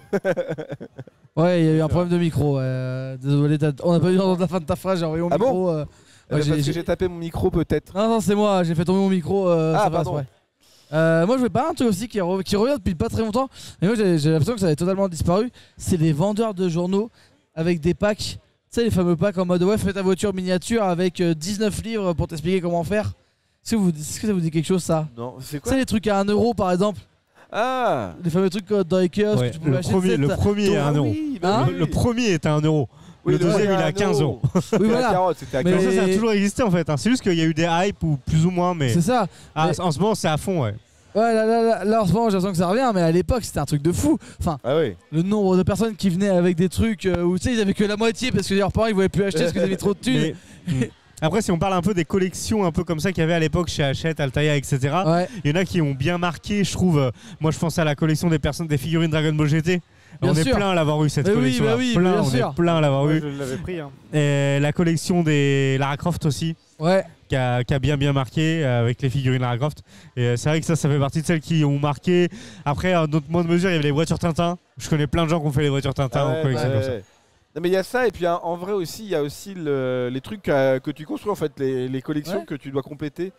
D: Ouais, il y a eu un
E: vrai.
D: problème de micro. ouais. Euh, désolé, t'as- on n'a pas eu l'entendre la fin de ta phrase, j'ai envoyé mon
C: Ah bon
D: micro. euh. Ouais,
C: Euh,
D: j'ai-
C: parce que
D: j'ai-
C: j'ai tapé mon micro, peut-être.
D: Non, non, c'est moi, j'ai fait tomber mon micro. euh,
C: Ah,
D: ça passe,
C: pardon.
D: ouais. Euh, moi, je voulais parler un truc aussi qui, re- qui revient depuis pas très longtemps, mais moi j'ai j'ai l'impression que ça avait totalement disparu. C'est les vendeurs de journaux avec des packs, tu sais, les fameux packs en mode ouais, fais ta voiture miniature avec euh, 19 livres pour t'expliquer comment faire. Est-ce que, vous- est-ce que ça vous dit quelque chose ça
C: Non, c'est
D: Tu
C: quoi
D: sais, les trucs à 1€ euro par exemple,
C: Ah
D: les fameux trucs euh, dans les kiosques
B: Ouais,
D: que tu pouvais
B: le
D: acheter.
B: premier,
D: tu sais,
B: le
D: t'as-
B: premier est
C: Ah
B: à 1 euro.
C: oui,
D: Hein
C: bah oui,
B: Le premier était à 1 euro.
C: Oui,
B: le deuxième, il est à
C: un
B: 15
C: euro.
D: Oui,
C: Et la
D: voilà,
C: carotte, c'était à
D: Mais-
B: Comme
C: 15
B: ça, ça a toujours existé en fait. hein. C'est juste qu'il y a eu des hypes ou plus ou moins, mais
D: c'est ça.
B: Ah,
D: mais-
B: en ce moment c'est à fond, ouais.
D: Ouais, là, là, là, là, en ce moment, j'ai l'impression que ça revient, mais à l'époque, c'était un truc de fou. Enfin,
C: Ah oui.
D: le nombre de personnes qui venaient avec des trucs euh, où, tu sais, ils avaient que la moitié parce que leurs parents, ils voulaient plus acheter parce qu'ils avaient trop de thunes.
B: Mais- Mm. Après, si on parle un peu des collections un peu comme ça qu'il y avait à l'époque chez Hachette, Altaïa, etc.,
D: Ouais,
B: il y en a qui ont bien marqué, je trouve. Euh, Moi, je pense à la collection des personnes, des figurines Dragon Ball GT.
D: Bien
B: on est
D: sûr.
B: plein à l'avoir eu cette
D: Mais oui,
B: collection.
D: bah oui,
B: plein,
D: bien
B: on
D: sûr.
B: est plein à l'avoir
E: Ouais,
B: eu.
E: je l'avais pris. hein.
B: Et la collection des Lara Croft aussi,
D: ouais.
B: qui a, qui a bien bien marqué euh, avec les figurines Lara Croft. Et euh, c'est vrai que ça, ça fait partie de celles qui ont marqué. Après, à d'autres moins de mesure, il y avait les voitures Tintin. Je connais plein de gens qui ont fait les voitures Tintin
C: Ah
B: en
C: ouais,
B: collection
C: bah
B: comme
C: ouais,
B: ça.
C: ouais. Non, mais il y a ça, et puis hein, en vrai aussi, il y a aussi le- les trucs euh, que tu construis, en fait, les, les collections
D: Ouais.
C: que tu dois compléter.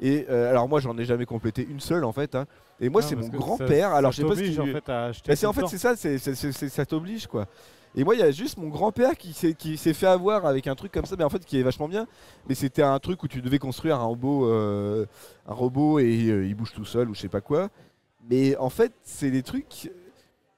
C: Et euh, alors, moi, j'en ai jamais complété une seule, en fait. hein. Et moi,
E: Non,
C: c'est
E: parce
C: mon
E: que ça-
C: grand-père.
E: ça
C: Alors, je sais pas si
E: t'oblige,
C: tu-
E: en fait à acheter.
C: Mais c'est
E: tout
C: en
E: le
C: fait
E: temps.
C: c'est ça, c'est, c'est- c'est- c'est- ça t'oblige quoi. Et moi il y a juste mon grand-père qui s'est, qui s'est fait avoir avec un truc comme ça, mais en fait qui est vachement bien. Mais c'était un truc où tu devais construire un robot, euh, un robot et euh, il bouge tout seul ou je sais pas quoi. Mais en fait c'est des trucs.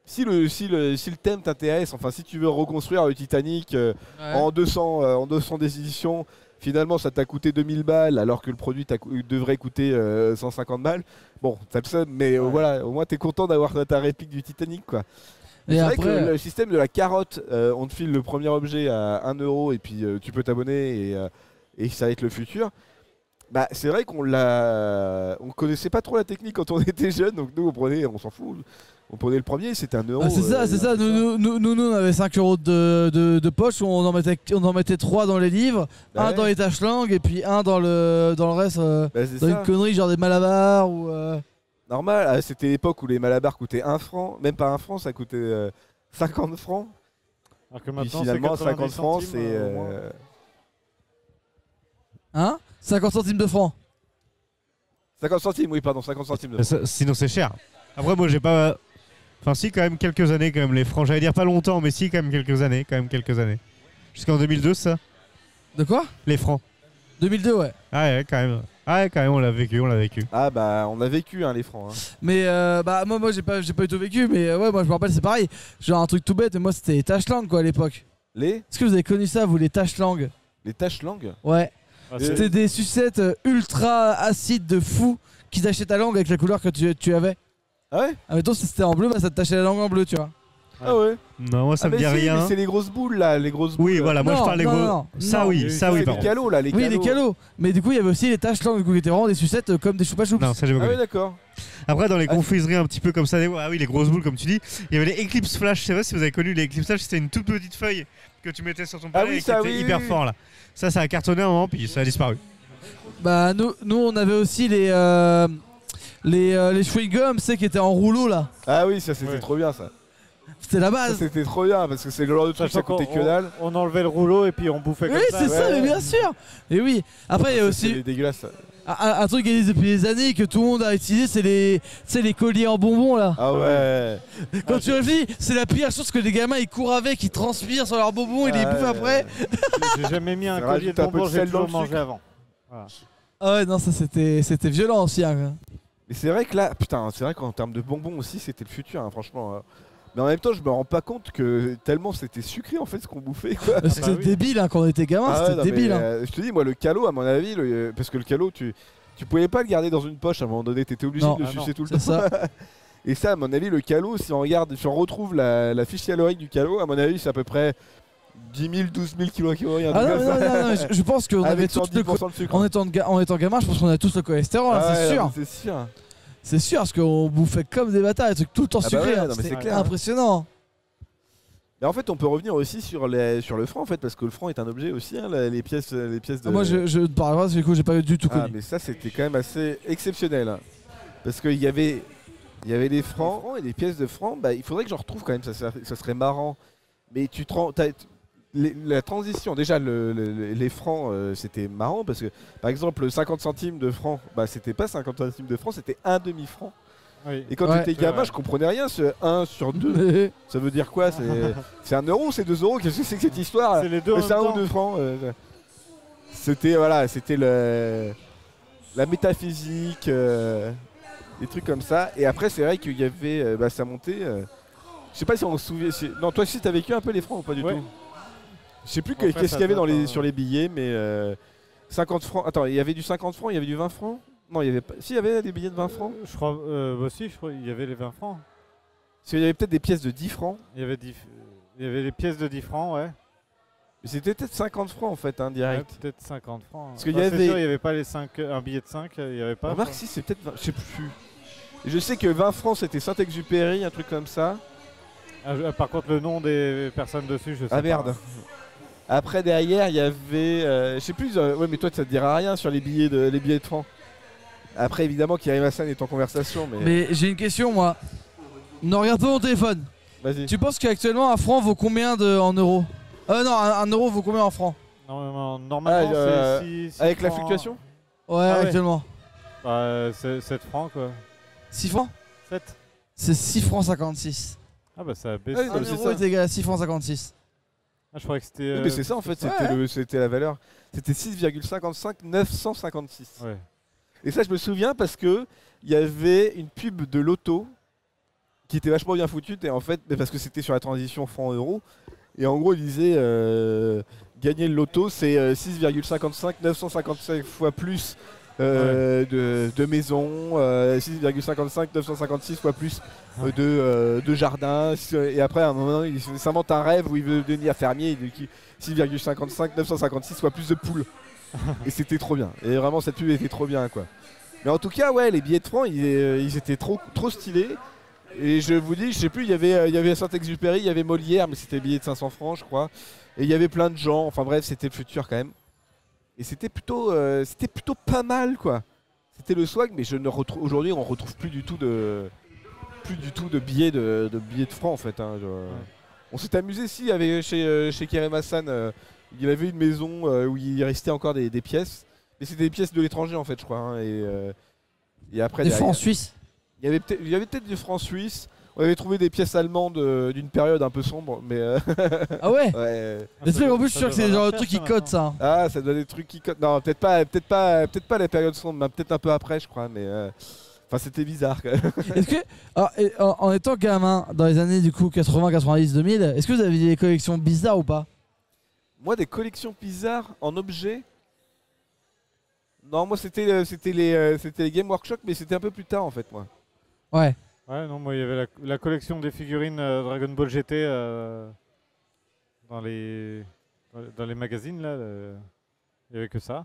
C: Si le, si le, si le thème t'intéresse, enfin si tu veux reconstruire le Titanic euh, en 200 euh, en 200 des éditions, finalement ça t'a coûté 2000 balles alors que le produit t'a cou- devrait coûter euh, 150 balles. Bon, ça me sonne, mais euh,
E: Ouais.
C: voilà, au moins t'es content d'avoir ta- ta réplique du Titanic quoi.
D: Et
C: C'est vrai
D: après, euh,
C: que le système de la carotte, euh, on te file le premier objet à 1 euro et puis euh, tu peux t'abonner et, euh, et ça va être le futur. Bah, c'est vrai qu'on l'a, on connaissait pas trop la technique quand on était jeune, donc nous on prenait, on s'en fout, on prenait le premier, c'était 1 euro.
D: ah, c'est
C: euh,
D: ça, c'est
C: un
D: ça.
C: peu
D: Nous, nous, nous, nous, nous, on avait 5 euros de, de, de poche, on en, mettait, on en mettait 3 dans les livres,
C: Bah
D: un
C: ouais.
D: dans les tâches langues et puis un dans le, dans le reste, euh,
C: Bah, c'est
D: dans
C: ça.
D: une connerie genre des malabars ou. euh,
C: Normal, ah, c'était l'époque où les malabars coûtaient 1 franc, même pas 1 franc, ça coûtait euh, 50 francs.
E: Alors que
C: Puis
E: maintenant, c'est
C: finalement 50
E: 90
C: francs, c'est
E: centimes, euh, au moins.
C: euh,
D: Hein 50 centimes de francs.
C: 50 centimes, oui pardon, 50 centimes.
B: Euh, ça- Sinon, c'est cher. Après, moi, j'ai pas. Enfin, si, quand même quelques années, quand même, les francs. J'allais dire pas longtemps, mais si, quand même quelques années, quand même quelques années. Jusqu'en 2002, ça
D: De quoi
B: Les francs.
D: 2002, ouais.
B: Ah ouais, quand même. Ah ouais, quand même, on l'a vécu, on l'a vécu.
C: Ah bah on a vécu hein, les francs. hein.
D: Mais euh, bah moi moi j'ai pas j'ai pas du tout vécu mais euh, ouais moi je me rappelle c'est pareil genre un truc tout bête mais moi c'était les tâches langues quoi à l'époque.
C: Les
D: Est-ce que vous avez connu ça vous les tâches langues
C: les taches langues.
D: Ouais.
E: Ah, c'est-
D: C'était des sucettes euh, ultra acides de fou qui tâchaient ta langue avec la couleur que tu, tu avais.
C: Ah ouais.
D: Ah mettons si c'était en bleu bah ça te tâchait la langue en bleu tu vois.
C: Ah ouais.
B: Non, moi, ça
C: Ah
B: me
C: mais
B: dit
C: si,
B: rien.
C: mais c'est les grosses boules là, les grosses boules.
B: Oui, voilà, moi,
D: Non,
B: je parle des
D: non,
B: gros.
D: non, non.
B: ça, oui,
E: Oui,
B: ça, oui,
E: oui, c'est
C: les
B: pardon.
C: calots là, les
D: Oui
C: calots.
D: les calots mais du coup il y avait aussi les tâches langues du coup, qui étaient vraiment des sucettes euh, comme des choupa choups.
B: Non, ça, j'ai pas
C: Ah oui
B: compris.
C: d'accord.
B: Après, dans les
C: Ah,
B: confiseries un petit peu comme ça, des- ah oui, les grosses boules, comme tu dis, il y avait les Eclipse Flash. Je sais pas si vous avez connu les Eclipse Flash, c'était une toute petite feuille que tu mettais sur ton
C: Ah
B: palais
C: oui,
B: et qui
C: ça,
B: était
C: oui,
B: hyper
C: oui, oui.
B: fort là. Ça, ça a cartonné un moment, puis ça a disparu.
D: Bah nous nous on avait aussi les euh, les euh, les chewing gums c'est qui étaient en rouleau là.
C: Ah oui ça c'était
E: Ouais.
C: trop bien ça.
D: C'était la
B: Ah,
C: Ça,
D: base.
C: c'était trop bien parce que c'est le genre de truc
E: Sachant
C: ça coûtait
E: qu'on-
C: que dalle.
E: On enlevait le rouleau et puis on bouffait
D: Oui,
E: comme ça.
D: c'est
C: ouais,
D: ça, mais
C: ouais.
D: bien sûr! Et oui! Après, il y a
C: Ça,
D: aussi.
C: c'était dégueulasse. ça.
D: Un, un- un truc qui existe depuis des années que tout le monde a utilisé, c'est les, tu sais, les colliers en bonbons là.
C: Ah ouais.
D: Quand tu réfléchis, c'est la pire chose que les gamins ils courent avec, ils transpirent sur leurs bonbons, ils les
C: Ah,
D: bouffent
C: ouais.
D: après.
E: J'ai jamais mis un
C: Ça
E: collier
C: rajoute
E: de
C: un peu de
E: bonbons, j'ai
C: sel dans le
E: toujours mangé avant. Voilà.
D: Ah ouais, non, ça c'était, c'était violent aussi. hein.
C: Mais c'est vrai que là putain c'est vrai qu'en termes de bonbons aussi c'était le futur hein, franchement. hein. Mais en même temps je me rends pas compte que tellement c'était sucré en fait ce qu'on bouffait quoi.
D: Euh, C'était
E: bah oui.
D: débile hein, quand on était gamin,
C: Ah ouais,
D: c'était
C: non, mais,
D: débile. hein.
C: euh, je te dis moi le calot à mon avis le- euh, parce que le calot tu tu pouvais pas le garder dans une poche à un moment donné t'étais obligé
D: Non.
C: de le
E: Ah non.
C: sucer tout le temps.
D: C'est ça.
C: Et ça, à mon avis, le calot, si on regarde, si on retrouve la, la fiche calorique du calot, à mon avis, c'est à peu près 10 000, 12 000 kilocalories. un
D: Ah
C: truc
D: non,
C: comme
D: non,
C: ça.
D: non, non, mais je, je pense qu'on avait
C: Avec
D: tous
C: 110%
D: le. co-
C: de sucre.
D: En étant, ga- en étant gamin, je pense qu'on a tous le cholestérol, hein,
C: Ah
D: c'est
C: ouais,
D: sûr.
C: non, C'est sûr.
D: C'est sûr, parce qu'on bouffait comme des bâtards, des trucs tout le temps
C: Ah bah
D: sucrés.
C: ouais,
D: hein.
C: non, mais
D: C'était
C: c'est clair.
D: impressionnant.
C: Mais en fait, on peut revenir aussi sur, les, sur le franc, en fait, parce que le franc est un objet aussi, hein, la- les pièces, les pièces de.
D: Ah, Moi, je, je ne parle pas parce que du coup, j'ai pas du tout
C: Ah,
D: connu.
C: mais ça, c'était quand même assez exceptionnel. hein. Parce qu'il y avait, il y avait des francs et des pièces de francs. Bah, il faudrait que j'en retrouve quand même, ça, serait- ça serait marrant. Mais tu te rends- t'as- les- la transition, déjà, le- le- les francs, euh, c'était marrant parce que, par exemple, 50 centimes de francs, bah, c'était pas 50 centimes de francs, c'était un demi-franc.
E: Oui.
C: Et quand
D: Ouais.
C: tu étais gamin,
E: Ouais.
C: je comprenais rien, ce 1 sur 2. Ça veut dire quoi C'est- C'est 1 euro ou c'est 2 euros Qu'est-ce que c'est que cette histoire
E: C'est les deux.
C: Ah.
E: en
C: mais
E: même
C: c'est un
E: temps.
C: ou deux francs. euh, c'était voilà, c'était le la métaphysique, euh, des trucs comme ça. Et après, c'est vrai qu'il y avait euh, bah, ça montait. euh, je sais pas si on se souvient. si- Non, toi aussi, t'as vécu un peu les francs ou pas du
E: Ouais.
C: tout Je sais plus que-
E: Après,
C: qu'est-ce
E: ça
C: qu'il y avait dans
E: date,
C: les,
E: hein.
C: sur les billets, mais euh, 50 francs. Attends, il y avait du 50 francs, il y avait du 20 francs. Non, il y avait pas. Si, il y avait des billets de 20 francs.
E: Je crois euh, aussi, je crois il y avait les 20 francs.
C: Parce qu'il y avait peut-être des pièces de 10 francs.
E: Il y avait 10 il y avait les pièces de 10 francs, ouais.
C: Mais c'était peut-être 50 francs en fait, hein,
E: Ouais,
C: direct.
E: Peut-être 50 francs.
C: Parce qu'il y
E: Bah, c'est
C: avait-
E: sûr, il y avait pas les 5 un billet de 5, il y avait pas.
C: Remarque
E: quoi.
C: si c'est peut-être. 20 Je sais plus. Je sais que 20 francs c'était Saint-Exupéry, un truc comme ça.
E: Ah, je- par contre le nom des personnes dessus, je sais
C: Ah
E: pas.
C: merde. Après derrière il y avait. euh, je sais plus, euh, ouais mais toi ça te dira rien sur les billets de les billets de francs. Après évidemment Kyrie Massan est en conversation mais,
D: Mais j'ai une question, moi. Non, regarde pas mon téléphone.
C: vas-y.
D: Tu penses qu'actuellement, un franc vaut combien de, en euros Euh, non, un, un euro vaut combien en francs
E: Non, non, normalement
C: Ah, euh,
E: c'est six- six
C: Avec la
E: francs.
C: fluctuation
D: Ouais,
E: Ah ouais.
D: actuellement.
E: Bah, c'est 7 francs quoi.
D: 6 francs
E: 7
D: C'est 6 francs 56.
E: Ah bah ça a baissé.
C: Ah oui,
D: Un
C: non, mais c'est
D: euro
C: ça.
D: est égal à 6 francs 56.
E: Ah, je croyais que c'était
C: Oui,
E: euh,
C: mais c'est ça en fait, c'était
D: ouais.
C: le- c'était la valeur. C'était 6,55 956.
E: Ouais. Ah,
C: Et ça je me souviens parce que il y avait une pub de loto qui était vachement bien foutue et en fait mais parce que c'était sur la transition franc euro et en gros il disait euh, gagner le loto c'est euh, 6,55 955 fois plus euh, de, de maisons euh, 6,55 956 fois plus euh, de, euh, de jardins et après à un moment il s'invente un rêve où il veut devenir fermier et donc il- 6,55 956 fois plus de poules et c'était trop bien et vraiment cette pub était trop bien quoi mais en tout cas, ouais, les billets de francs, ils, euh, ils étaient trop, trop stylés. Et je vous dis, je sais plus, il y avait, euh, il y avait Saint-Exupéry, il y avait Molière, mais c'était billet de 500 francs, je crois. Et il y avait plein de gens. Enfin bref, c'était le futur quand même. Et c'était plutôt, euh, c'était plutôt pas mal, quoi. C'était le swag, mais je ne retrouve aujourd'hui, on retrouve plus du tout de, plus du tout de billets de, de billets de francs en fait. hein. Je- On s'est amusé si, avec chez euh, chez Kerem Hassan, euh, il avait une maison euh, où il restait encore des, des pièces, mais c'était des pièces de l'étranger en fait, je crois. hein. Et, euh, et après,
D: Des
C: derrière-
D: francs suisses
C: il y avait peut-être il y avait peut-être du franc suisse. On avait trouvé des pièces allemandes euh, d'une période un peu sombre, mais euh,
D: Ah ouais
C: ouais.
D: Des
E: ça
D: trucs, en
E: doit-
D: plus, je suis sûr
E: ça doit
D: que c'est le
E: valoir
D: genre de
E: cher,
D: truc qui
E: ça,
D: code ça. hein.
C: Ah, ça doit des trucs qui cotent. Non, peut-être pas, peut-être pas, peut-être pas la période sombre, mais peut-être un peu après, je crois. Mais euh, enfin, c'était bizarre. Quand même.
D: Est-ce que, alors, et- en, en étant gamin, dans les années du coup 80, 90, 2000, est-ce que vous aviez des collections bizarres ou pas
C: Moi, des collections bizarres en objets. Non, moi, c'était, euh, c'était les, euh, c'était les Game Workshop, mais c'était un peu plus tard en fait, moi.
D: Ouais.
E: Ouais, non, moi il y avait la, la collection des figurines euh, Dragon Ball GT euh, dans les dans les- dans les magazines là, euh, il y avait que ça.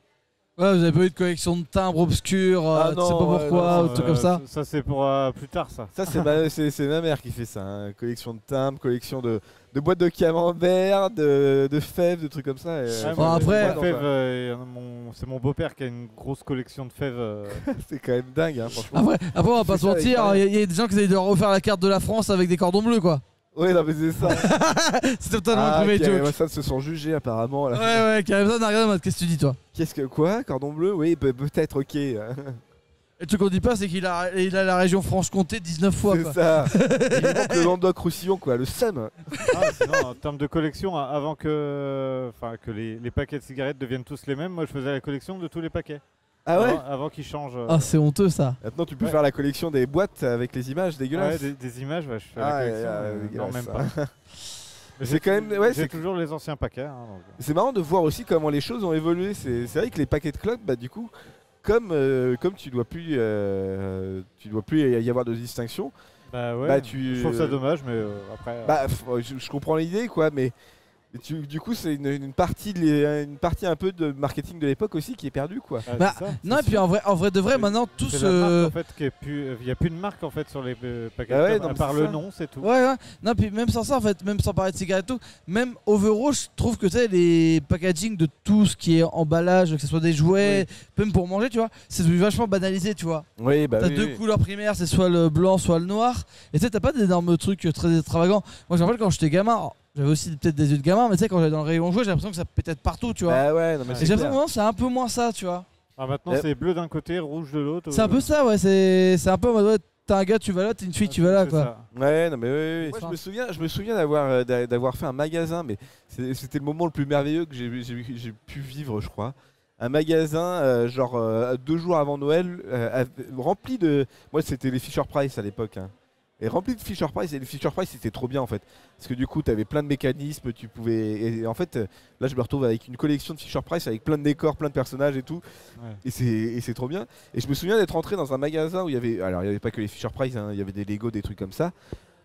D: Ouais, vous avez pas eu de collection de timbres obscurs,
C: Ah
D: euh, tu
C: non,
D: sais pas
C: ouais,
D: pourquoi,
C: non,
D: ou
E: Euh,
D: des trucs comme ça
E: Ça c'est pour euh, plus tard ça.
C: Ça, c'est ma, c'est, c'est ma mère qui fait ça. hein. Collection de timbres, collection de, de boîtes de camembert, de, de fèves, de trucs comme ça. et, euh,
E: Ouais,
D: Bon,
E: moi,
D: après-
E: les fèves, euh, il y en a mon- c'est mon beau-père qui a une grosse collection de fèves. euh,
C: c'est quand même dingue, hein, franchement.
D: Après, Ah après, on va pas
C: C'est ça,
D: se
C: les
D: mentir,
C: carrés.
D: il y, a- y a des gens qui avaient dû leur refaire la carte de la France avec des cordons bleus quoi.
C: Oui, non, mais c'est ça. Ah,
D: C'était totalement
E: Ah,
D: un privé
C: ok,
D: joke.
C: ouais, ça se sont jugés apparemment.
D: Ouais,
C: là.
D: ouais, qui avait besoin d'un regard en mode, qu'est-ce que tu dis toi
C: Qu'est-ce que quoi Cordon bleu Oui, peut- peut-être. Ok.
D: Et le truc qu'on dit pas, c'est qu'il a, il a la région Franche-Comté 19 fois
C: c'est
D: quoi.
C: ça. Il manque le Landoc Roussillon, quoi. Le Sam.
E: Ah, sinon, en termes de collection, a- avant que, enfin, que les, les paquets de cigarettes deviennent tous les mêmes, moi je faisais la collection de tous les paquets.
C: Ah ouais
E: Avant, avant qu'ils changent. euh,
D: Ah, c'est honteux ça.
C: Maintenant, tu peux
E: Ouais.
C: faire la collection des boîtes avec les images
E: ouais,
C: dégueulasses.
E: des, des images, ouais, je fais
C: Ah,
E: la collection.
C: ouais,
E: euh,
C: ouais,
E: non,
C: dégueulasse,
E: même
C: ça.
E: pas.
C: C'est
E: J'ai-
C: quand même- ouais, c'est-
E: J'ai toujours les anciens paquets. hein, donc, euh.
C: C'est marrant de voir aussi comment les choses ont évolué. C'est c'est vrai que les paquets de clopes, bah, du coup, comme, euh, comme tu dois plus, euh, tu dois plus y avoir de distinction,
E: Bah ouais.
C: bah tu.
E: Je trouve ça dommage, mais euh, après. euh,
C: Bah, f- je, je comprends l'idée, quoi, mais Et tu- du coup, c'est une, une partie de les- une partie un peu de marketing de l'époque aussi qui est perdue, quoi.
E: Ah,
D: Bah,
E: c'est ça,
D: Non, et
E: c'est
D: puis
E: sûr.
D: en euh, vrai, en vrai de vrai,
E: C'est-
D: maintenant, tout
E: C'est
D: ce.
E: la marque, en fait, qui est plus. euh, Il n'y a plus de marque en fait sur les euh, paquets.
C: Ah ouais, non,
E: de tomates,
C: mais
E: à part
C: c'est
E: le
C: ça.
E: nom, c'est tout.
D: Ouais, ouais. Non, puis même sans ça, en fait, même sans parler de cigarettes et tout, même Overwatch, je trouve que tu sais, les packaging de tout ce qui est emballage, que ce soit des jouets, même pour manger, tu vois, c'est devenu vachement banalisé, tu vois.
C: Oui, bah
D: T'as deux couleurs primaires, c'est soit le blanc, soit le noir. Et tu sais, t'as pas d'énormes trucs très extravagants. Moi, je me rappelle quand j'étais gamin, alors, j'avais aussi peut-être des yeux de gamin, mais tu sais, quand j'allais dans le rayon jouet, j'ai l'impression que ça pétait de partout, tu vois.
C: Bah ouais, non, mais
E: Et
D: et
C: c'est
D: j'ai
C: clair.
D: l'impression que maintenant, c'est un peu moins ça, tu vois.
E: Ah, maintenant,
C: Euh,
E: c'est bleu d'un côté, rouge de l'autre. euh,
D: C'est un peu ça, ouais. C'est c'est un peu en mode, ouais, t'as un gars, tu vas là, t'es une
C: Ah,
D: fille, tu vas là,
E: C'est
D: quoi.
E: ça.
C: Ouais, non, mais oui, oui, oui.
D: Enfin.
C: Moi, je me souviens, je me souviens d'avoir euh, d'a- d'avoir fait un magasin, mais c'est- c'était le moment le plus merveilleux que j'ai j'ai- j'ai pu vivre, je crois. Un magasin, euh, genre euh, deux jours avant Noël, euh, av- rempli de. Moi, c'était les Fisher Price à l'époque. hein. Et rempli de Fisher Price. Et les Fisher Price, c'était trop bien en fait. Parce que du coup, tu avais plein de mécanismes. Tu pouvais. Et en fait, euh, là, je me retrouve avec une collection de Fisher Price avec plein de décors, plein de personnages et tout.
E: Ouais.
C: Et c'est, et c'est trop bien. Et je me souviens d'être entré dans un magasin où il y avait. Alors, il n'y avait pas que les Fisher Price, hein, il y avait des Lego, des trucs comme ça.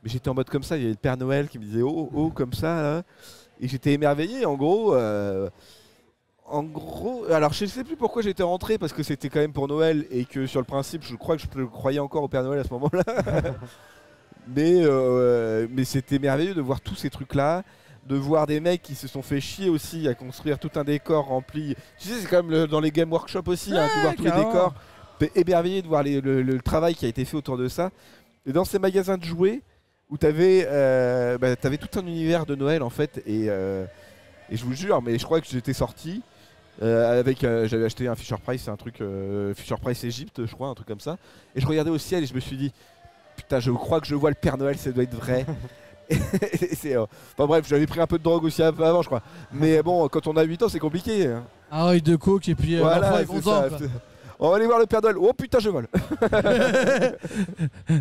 C: Mais j'étais en mode comme ça, il y avait le Père Noël qui me disait oh, oh, comme ça. là. Et j'étais émerveillé, en gros. euh, en gros. Alors, je sais plus pourquoi j'étais rentré, parce que c'était quand même pour Noël et que sur le principe, je crois que je croyais encore au Père Noël à ce moment-là. mais, euh, mais c'était merveilleux de voir tous ces trucs-là. De voir des mecs qui se sont fait chier aussi à construire tout un décor rempli. Tu sais, c'est quand même le- dans les Game Workshop aussi, hein, tu vois tous les
D: carrément.
C: décors. T'es émerveillé de voir les- le, le travail qui a été fait autour de ça. Et dans ces magasins de jouets, où t'avais euh, bah, t'avais tout un univers de Noël en fait et, euh, et je vous jure mais je crois que j'étais sorti euh, avec euh, j'avais acheté un Fisher Price un truc euh, Fisher Price Égypte je crois un truc comme ça et je regardais au ciel et je me suis dit putain je crois que je vois le Père Noël ça doit être vrai Et c'est, euh, enfin bref j'avais pris un peu de drogue aussi av- avant je crois mais bon quand on a 8 ans c'est compliqué hein.
D: Un œil de coke, et puis euh, l'enfant est
C: c'est
D: content,
C: ça.
D: quoi.
C: on va aller voir le Père Noël oh putain je vole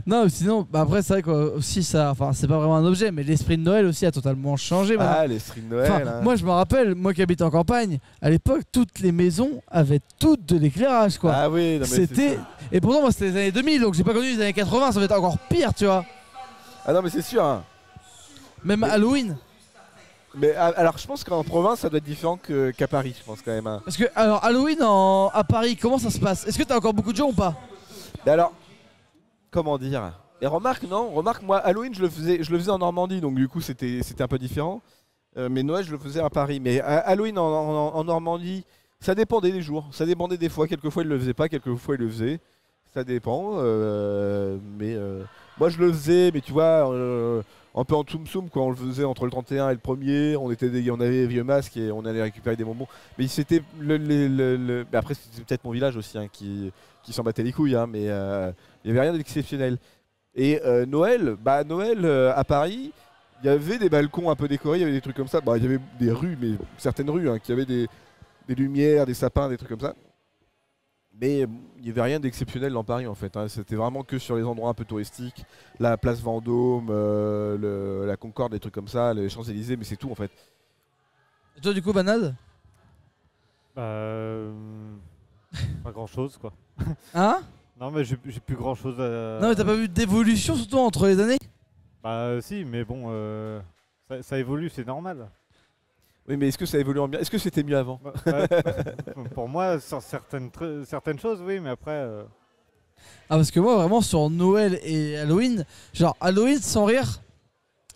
D: non, mais sinon, bah après, c'est vrai quoi, aussi ça, enfin, c'est pas vraiment un objet, mais l'esprit de Noël aussi a totalement changé. maintenant.
C: ah les streams de Noël
D: Enfin,
C: hein.
D: Moi, je me rappelle, moi qui habite en campagne, à l'époque, toutes les maisons avaient toutes de l'éclairage, quoi.
C: ah oui non, mais c'est
D: c'était.
C: sûr.
D: Et pourtant, moi, c'était les années 2000, donc j'ai pas connu les années 80, ça va être encore pire, tu vois.
C: ah non mais c'est sûr hein.
D: Même Halloween.
C: Mais a- alors, je pense qu'en province, ça doit être différent que- qu'à Paris, je pense quand même. hein.
D: Parce que, alors, Halloween en... à Paris, comment ça se passe Est-ce que t'as encore beaucoup de gens ou pas
C: Mais alors, comment dire Et remarque, non Remarque, moi, Halloween, je le faisais, je le faisais en Normandie, donc du coup, c'était c'était un peu différent. Euh, mais Noël, je le faisais à Paris. Mais euh, Halloween en, en- en Normandie, ça dépendait des jours. Ça dépendait des fois. Quelquefois, il le faisait pas, quelquefois, il le faisait. Ça dépend. euh, mais euh, moi, je le faisais, mais tu vois, euh, un peu en tsum-tsum, quoi. On le faisait entre le 31 et le 1er. On, était des- on avait des vieux masques et on allait récupérer des bonbons. Mais c'était. Le, le- le- le- mais après, c'était peut-être mon village aussi hein, qui, qui s'en battait les couilles, hein, mais euh, il n'y avait rien d'exceptionnel. Et euh, Noël, bah Noël euh, à Paris, il y avait des balcons un peu décorés, il y avait des trucs comme ça. Bah, il y avait des rues, mais certaines rues, hein, qui avaient des, des lumières, des sapins, des trucs comme ça. Mais euh, il n'y avait rien d'exceptionnel dans Paris en fait. hein. C'était vraiment que sur les endroits un peu touristiques, la place Vendôme, euh, le- la Concorde, des trucs comme ça, les Champs-Élysées, mais c'est tout en fait.
D: Et Toi, du coup, Banade
E: Bah, euh, pas grand chose quoi.
D: Hein
C: Euh.
E: Non, mais j'ai j'ai plus grand chose à.
D: Non, mais t'as pas vu d'évolution, surtout entre les années
E: Bah, euh, si, mais bon, euh, ça, ça évolue, c'est normal.
C: Oui, mais est-ce que ça évolue en bien Est-ce que c'était mieux avant
E: Bah, bah, pour moi, sur certaines, tr- certaines choses, oui, mais après. euh,
D: Ah parce que moi vraiment sur Noël et Halloween, genre Halloween sans rire,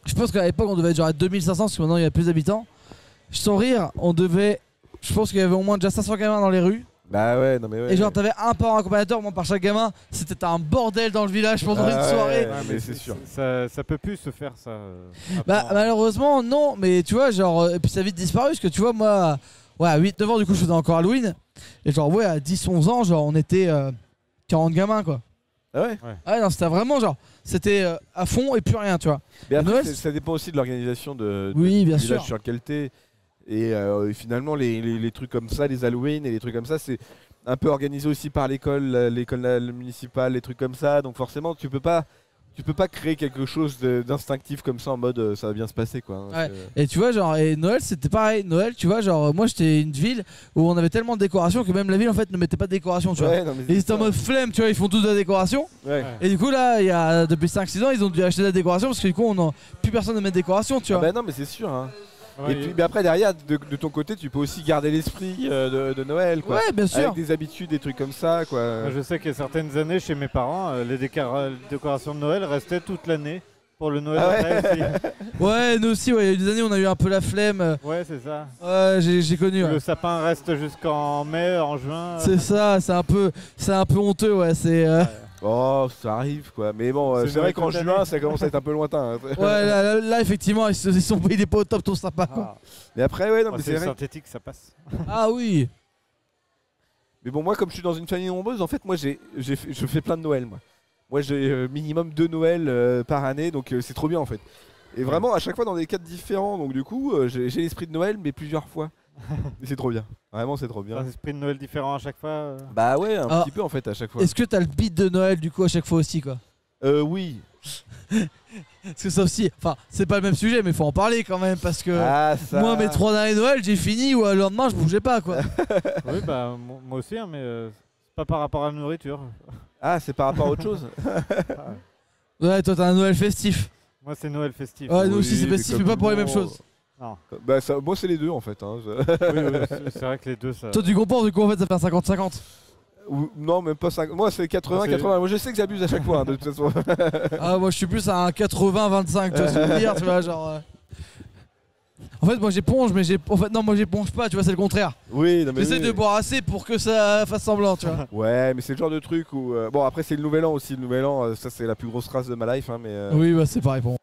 D: je pense qu'à l'époque on devait être genre à 2500 parce que maintenant il y a plus d'habitants. Sans rire, on devait, je pense qu'il y avait au moins déjà 500 gamins dans les rues.
C: Bah ouais, non mais ouais.
D: Et genre t'avais un parent accompagnateur, moi par chaque gamin, c'était un bordel dans le village pendant
C: Ah
D: une
C: ouais.
D: soirée.
C: Ouais, mais c'est sûr.
E: Ça, ça peut plus se faire, ça. euh,
D: Bah
C: Ah.
E: maintenant.
D: malheureusement non, mais tu vois genre, euh, et puis ça a vite disparu parce que tu vois moi, ouais à 8-9 ans du coup je faisais encore Halloween. Et genre ouais à 10-11 ans genre on était euh, 40 gamins quoi.
C: Ah ouais
D: Ah ouais, non c'était vraiment genre, c'était euh, à fond et plus rien tu vois.
C: Mais après,
D: Noël,
C: c'est-
D: c'est-
C: ça dépend aussi de l'organisation de, de-
D: Oui,
C: du
D: bien
C: village
D: sûr.
C: sur lequel t'es. Et euh, finalement, les, les- les trucs comme ça, les Halloween et les trucs comme ça, c'est un peu organisé aussi par l'école, euh, l'école la- le municipale, les trucs comme ça. Donc forcément, tu peux pas, tu peux pas créer quelque chose de- d'instinctif comme ça en mode euh, ça va bien se passer quoi. hein,
D: Ouais.
C: c'est-
D: Et tu vois, genre, et Noël, c'était pareil. Noël, tu vois, genre, moi, j'étais une ville où on avait tellement de décorations que même la ville, en fait, ne mettait pas de décoration, tu vois.
C: Ouais, non, mais
D: Et ils
C: c'est
D: étaient en
C: ça.
D: mode flemme, tu vois, ils font tous de la décoration.
C: Ouais.
E: Ouais.
D: Et du coup, là, il y a, depuis 5-6 ans, ils ont dû acheter de la décoration parce que du coup, on en, plus personne ne met de décoration, tu
C: Ah
D: vois.
C: bah non, mais c'est sûr. hein.
E: Ouais,
C: et
E: il-
C: puis, mais après, derrière, de, de ton côté, tu peux aussi garder l'esprit euh, de, de Noël, quoi.
D: Ouais, bien sûr.
C: Avec des habitudes, des trucs comme ça, quoi.
E: Moi, Je sais qu'il y a certaines années chez mes parents, euh, les, décara- les décorations de Noël restaient toute l'année pour le Noël
C: Ah ouais
E: après aussi.
D: Ouais, nous aussi, ouais, il y a eu des années, on a eu un peu la flemme.
E: Ouais, c'est ça.
D: Ouais, j'ai j'ai connu. ouais.
E: Le sapin reste jusqu'en mai, en juin.
D: C'est ça, c'est un peu, c'est un peu honteux, ouais. C'est euh,
C: Oh, ça arrive, quoi. Mais bon, euh,
E: C'est
C: c'est vrai
E: Noël
C: qu'en
E: cette
C: juin,
E: année.
C: ça commence à être un peu lointain. hein.
D: ouais, là, là- là, effectivement, ils, se- ils sont, il est pas au top ton sympa.
E: Ah.
C: Mais après, ouais, non,
E: Ouais,
C: mais c'est
E: c'est
C: vrai.
E: synthétique, ça passe.
D: Ah oui.
C: Mais bon, moi, comme je suis dans une famille nombreuse, en fait, moi, j'ai, j'ai fait- je fais plein de Noël, moi. Moi, j'ai euh, minimum deux Noëls euh, par année, donc euh, c'est trop bien, en fait. Et vraiment, à chaque fois, dans des cadres différents, donc du coup, euh, j'ai, j'ai l'esprit de Noël, mais plusieurs fois. Et c'est trop bien. Vraiment, c'est trop
E: Un
C: bien.
E: esprit de Noël différent à chaque fois. euh.
C: Bah ouais, un
D: Ah.
C: petit peu, en fait, à chaque fois.
D: Est-ce que t'as le beat de Noël du coup à chaque fois aussi quoi
C: Euh, oui.
D: Parce que ça aussi, enfin, c'est pas le même sujet, mais faut en parler quand même parce que
C: ah, ça.
D: moi mes trois derniers Noël j'ai fini ou le lendemain je bougeais pas quoi.
E: oui, bah, mo- moi aussi, hein, mais euh, c'est pas par rapport à la nourriture.
C: Ah, c'est par rapport à autre chose
D: Ouais, toi t'as un Noël festif.
E: Moi, c'est Noël festif.
D: Ouais, Ah, nous
C: Oui,
D: aussi c'est
C: mais
D: festif,
C: comme
D: mais pas
C: tout
D: pour les
C: le
D: mêmes
C: monde.
D: choses.
E: Non.
C: Bah, ça, moi, c'est les deux, en fait. hein. Je-
E: Oui, oui, c'est- c'est vrai que les deux, ça.
D: Toi tu comprends, du coup en fait ça fait un 50-50.
C: Ou- non, même pas 50. Moi, c'est 80,
E: Ah, c'est-
C: 80. Moi, je sais que j'abuse à chaque fois, hein, de toute façon.
D: Ah, moi je suis plus à un 80-25, tu vois ce que je veux dire, tu vois, genre. euh. En fait, moi j'éponge, mais j'ai. En fait, non, moi j'éponge pas, tu vois, c'est le contraire.
C: oui, non, mais.
D: J'essaie
C: oui.
D: de boire assez pour que ça fasse semblant, tu vois.
C: Ouais, mais c'est le genre de truc où. euh, bon, après, c'est le nouvel an aussi. Le nouvel an, euh, ça, c'est la plus grosse race de ma life. hein, mais, euh,
D: Oui, bah c'est pareil pour moi.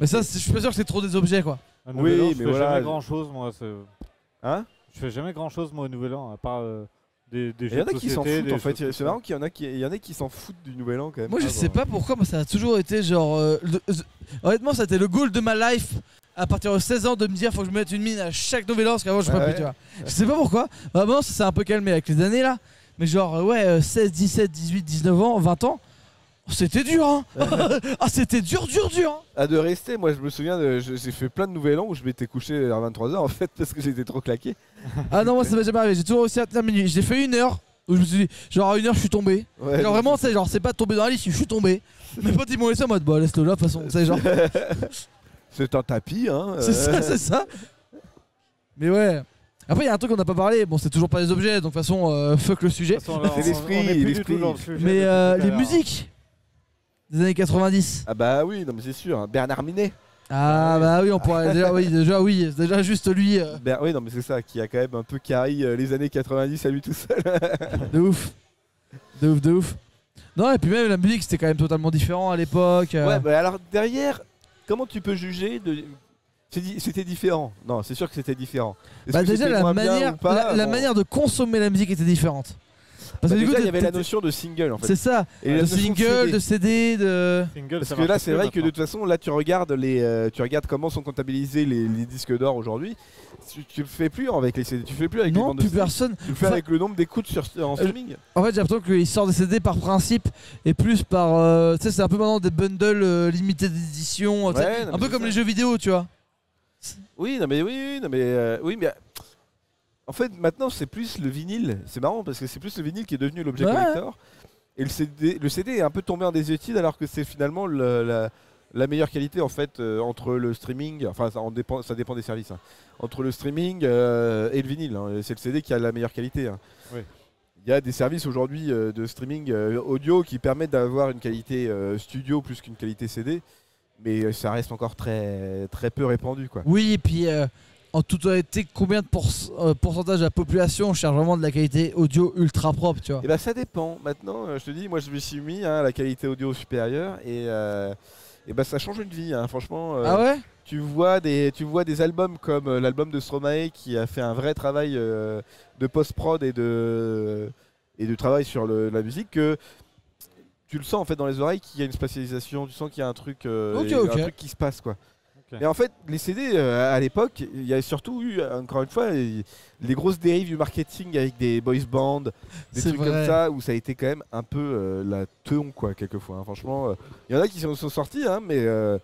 D: Mais ça, c'est- je suis pas sûr que c'est trop des objets, quoi.
E: Un nouvel
C: Oui,
E: an,
C: mais
E: je fais
C: voilà.
E: jamais grand chose, moi. c'est-
C: Hein
E: Je fais jamais grand chose, moi, au nouvel an, à part euh, des, des
C: Il
E: jeux
C: y en a
E: de
C: qui s'en
E: société,
C: foutent
E: des
C: en fait.
E: choses
C: C'est
E: comme
C: marrant qu'il y en a qui, il y en a qui s'en foutent du nouvel an quand même.
D: Moi je
C: Ah,
D: sais
C: bon.
D: pas pourquoi, moi ça a toujours été genre. euh, le- the- Honnêtement, ça a été le goal de ma life à partir de 16 ans de me dire faut que je me mette une mine à chaque nouvel an parce qu'avant je ne
C: Ah
D: plus,
C: ouais.
D: tu vois. Je sais pas pourquoi. Bah, maintenant ça s'est un peu calmé avec les années là. Mais genre, euh, ouais, euh, 16, 17, 18, 19 ans, 20 ans. C'était dur, hein! ah, c'était dur, dur, dur! hein.
C: Ah, de rester. Moi, je me souviens, de- je- j'ai fait plein de nouvel an où je m'étais couché à 23h en fait parce que j'étais trop claqué.
D: Ah non, moi ça m'est jamais arrivé, j'ai toujours réussi à tenir minuit. J'ai fait une heure où je me suis dit, genre à une heure je suis tombé.
C: Ouais,
D: genre vraiment, c'est genre, c'est pas tombé dans la liste, je suis tombé. Mais quand ils m'ont laissé en mode, bah laisse-le là, de toute façon, c'est genre,
C: C'est un tapis, hein.
D: C'est ça, c'est ça. Mais ouais. Après, il y a un truc qu'on n'a pas parlé. Bon, c'est toujours pas des objets, donc de toute façon, euh, fuck le
E: De
D: sujet.
E: toute façon, là,
C: C'est
E: on-
C: l'esprit,
E: on est plus du
C: l'esprit.
E: tout dans le sujet
D: Mais
E: depuis
D: euh,
E: tout à
D: les
E: l'heure.
D: musiques des années 90.
C: Ah bah oui, non mais c'est sûr. hein. Bernard Minet.
D: Ah bah oui, on pourrait. Déjà, oui, déjà, oui, déjà juste lui, euh,
C: Ber- oui, non mais c'est ça qui a quand même un peu carry euh, les années 90 à lui tout seul.
D: de ouf. De ouf, de ouf. Non, et puis même la musique, c'était quand même totalement différent à l'époque. euh.
C: Ouais, bah alors derrière, comment tu peux juger de C'est di- c'était différent. Non, c'est sûr que c'était différent. Est-ce
D: Bah
C: que
D: déjà
C: c'était
D: la
C: moins bien
D: manière,
C: ou pas
D: la, la
C: Bon.
D: manière de consommer la musique était différente. Parce
C: Bah,
D: que du coup,
C: déjà, il y
D: t'es-
C: avait la
D: t'es-
C: notion de single en fait.
D: c'est ça,
C: Et la
D: de
C: notion de
D: single,
C: CD.
D: de CD, de.
E: Single,
C: Parce
E: ça
C: que là,
E: marche
C: c'est
E: plus
C: vrai que de
E: maintenant.
C: toute façon, là, tu regardes les, euh, tu regardes comment sont comptabilisés les, les disques d'or aujourd'hui. Tu, tu le fais plus avec les CD, tu le fais plus avec les
D: Non,
C: bandes
D: plus
C: de streaming.
D: personne.
C: Tu le fais
D: Enfin-
C: avec le nombre d'écoutes sur en
D: Euh,
C: streaming.
D: En fait, j'ai l'impression qu'il sort des CD par principe et plus par. euh, tu sais, c'est un peu maintenant des bundles euh, limités d'édition. euh, tu sais.
C: Ouais, non,
D: un
C: mais
D: peu
C: c'est
D: comme
C: ça.
D: les jeux vidéo, tu vois.
C: Oui, non mais oui, oui, non mais euh, oui, mais euh, en fait, maintenant, c'est plus le vinyle. C'est marrant parce que c'est plus le vinyle qui est devenu l'objet
D: Ouais.
C: collector. Et le CD, le CD est un peu tombé en désuétude alors que c'est finalement le- la, la meilleure qualité en fait euh, entre le streaming, enfin ça, en dépend, ça dépend des services, hein. entre le streaming euh, et le vinyle. hein. C'est le CD qui a la meilleure qualité. hein.
E: Oui.
C: Il y a des services aujourd'hui euh, de streaming euh, audio qui permettent d'avoir une qualité euh, studio plus qu'une qualité CD, mais euh, ça reste encore très très peu répandu quoi.
D: Oui, et puis euh, en toute honnêteté, combien de pourc- euh, pourcentage de la population cherche vraiment de la qualité audio ultra propre, tu vois
C: Et bah ça dépend. Maintenant, euh, je te dis, moi je me suis mis hein, à la qualité audio supérieure et, euh, et bah ça change une vie. hein. Franchement, euh,
D: Ah ouais
C: tu vois des tu vois des albums comme euh, l'album de Stromae qui a fait un vrai travail euh, de post prod et de et de travail sur le- la musique que tu le sens en fait dans les oreilles qu'il y a une spatialisation, tu sens qu'il y a un truc euh,
D: Ok,
C: et
D: ok.
C: un truc qui se passe quoi.
E: Ok.
C: Et en fait, les CD euh, à l'époque, il y a surtout eu encore une fois il- les grosses dérives du marketing avec des boys bands, des
D: C'est
C: trucs
D: vrai.
C: comme ça où ça a été quand même un peu euh, la teon quoi quelquefois hein. franchement euh, il y en a qui s'en sont sortis hein, mais euh,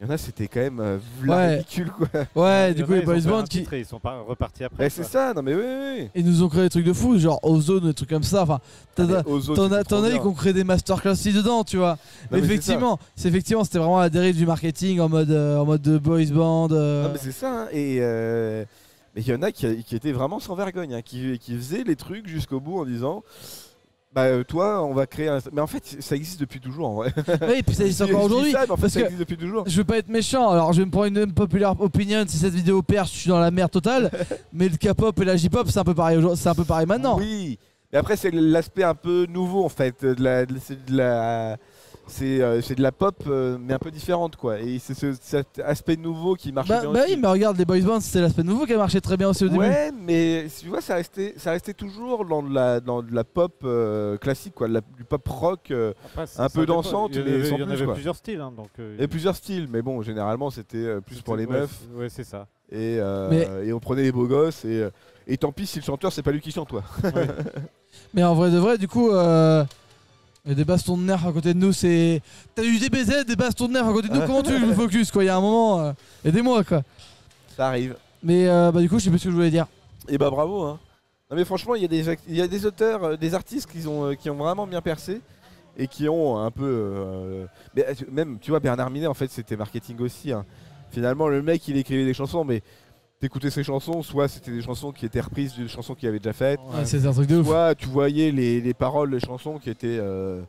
C: Il y en a, c'était quand même euh,
D: Ouais.
C: v'là ridicule quoi.
D: Ouais,
E: Il y
D: du
E: en
D: coup,
E: a,
D: les
E: ils ont
D: Boys
E: fait un
D: Band qui.
E: titre et Ils sont pas repartis après.
C: Eh, c'est
E: quoi.
C: ça, non mais oui, oui, oui.
D: Ils nous ont créé des trucs de fou, genre Ozone, des trucs comme ça. Enfin, t'as-
C: Ah, Mais Ozo,
D: t'en
C: c'était
D: as
C: trop
D: t'en as eu
C: bien.
D: qui ont créé des masterclass aussi dedans, tu vois.
C: Non, mais c'est ça.
D: effectivement, c'est effectivement, c'était vraiment la dérive du marketing en mode, euh, en mode de boys band. euh.
C: Non, mais c'est ça, hein, et euh, mais il y en a qui, qui étaient vraiment sans vergogne, hein, qui, qui faisaient les trucs jusqu'au bout en disant Bah, euh, toi, on va créer un. Mais en fait, ça existe depuis toujours en vrai.
D: Ouais, et puis ça existe
C: Je dis
D: encore aujourd'hui.
C: ça, mais en fait,
D: parce
C: ça
D: que-
C: existe depuis toujours.
D: Je veux pas être méchant, alors je vais me prendre une populaire opinion si cette vidéo perd, je suis dans la merde totale. mais le K-pop et la J-pop, c'est un peu pareil, aujourd'hui- c'est un peu pareil maintenant.
C: Oui, mais après, c'est l'aspect un peu nouveau en fait. De la, de- c'est de la. C'est euh, c'est de la pop, euh, mais un peu différente quoi. Et c'est ce- cet aspect nouveau qui marche
D: Bah,
C: bien.
D: bah
C: aussi.
D: oui, mais regarde, les boys bands, c'est l'aspect nouveau qui a marché très bien aussi au début.
C: Ouais, mais tu vois, ça restait, ça restait toujours dans de la, dans de la pop euh, classique, quoi, de la- du pop rock. euh,
E: Après, c'est-
C: Un
E: ça
C: peu
E: dépend.
C: dansante,
E: Il y en
C: mais
E: avait-
C: sans
E: Il y en
C: plus,
E: avait
C: quoi.
E: plusieurs styles. hein, donc, euh,
C: Il y a plusieurs styles, mais bon, généralement, c'était euh, plus pour les
E: ouais,
C: meufs.
E: c'est- Ouais, c'est ça.
C: Et, euh,
D: Mais-
C: et on prenait les beaux gosses. Et, euh, et tant pis si le chanteur, c'est pas lui qui chante, toi.
D: Mais en vrai de vrai, du coup, euh, il y a des bastons de nerfs à côté de nous, c'est. T'as eu des BZ, des bastons de nerfs à côté de nous, comment tu veux que je me focus quoi Il y a un moment, euh, aidez-moi quoi.
C: Ça arrive.
D: Mais euh, bah du coup, je sais plus ce que je voulais dire.
C: Et bah bravo. Hein. Non, mais franchement, il y, a des act- il y a des auteurs, euh, des artistes qui ont, euh, qui ont vraiment bien percé. Et qui ont un peu. euh, mais, euh, même, tu vois, Bernard Minet, en fait, c'était marketing aussi. hein. Finalement, le mec, il écrivait des chansons, mais t'écoutais ses chansons, soit c'était des chansons qui étaient reprises d'une chanson qu'il avait déjà faite.
D: Ouais, c'est un truc de
C: tu
D: ouf.
C: vois, tu voyais les, les paroles, les chansons qui étaient euh,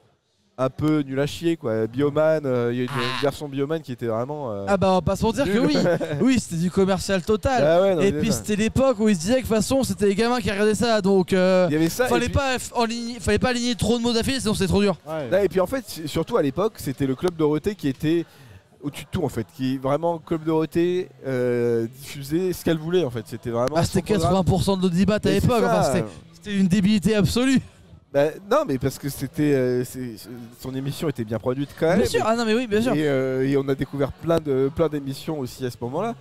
C: un peu nul à chier, quoi. Bioman, euh, il y a une, une version Bioman qui était vraiment. euh,
D: Ah bah on va pas se mentir que
C: nul.
D: oui, oui, c'était du commercial total.
C: Ah ouais, non,
D: Et
C: mais
D: puis
C: ça.
D: c'était l'époque où ils se disaient que de toute façon, c'était les gamins qui regardaient ça, donc. euh,
C: il y avait ça.
D: Fallait
C: et puis,
D: pas, f- enligner- fallait pas aligner trop de mots d'affilée sinon c'était trop dur.
E: Ouais.
C: là, et puis en fait, s- surtout à l'époque, c'était le club Dorothée qui était au-dessus de tout en fait, qui vraiment club Dorothée euh, diffusait ce qu'elle voulait en fait. C'était vraiment.
D: Ah, c'était
C: son programme.
D: 80% de l'audibat à
C: Et c'est
D: l'époque,
C: ça.
D: enfin, c'était- c'était une débilité absolue.
C: Bah, non, mais parce que c'était, euh, c'est- son émission était bien produite quand même.
D: bien sûr, ah non mais oui, bien sûr.
C: Et, euh, et on a découvert plein de plein d'émissions aussi à ce moment-là.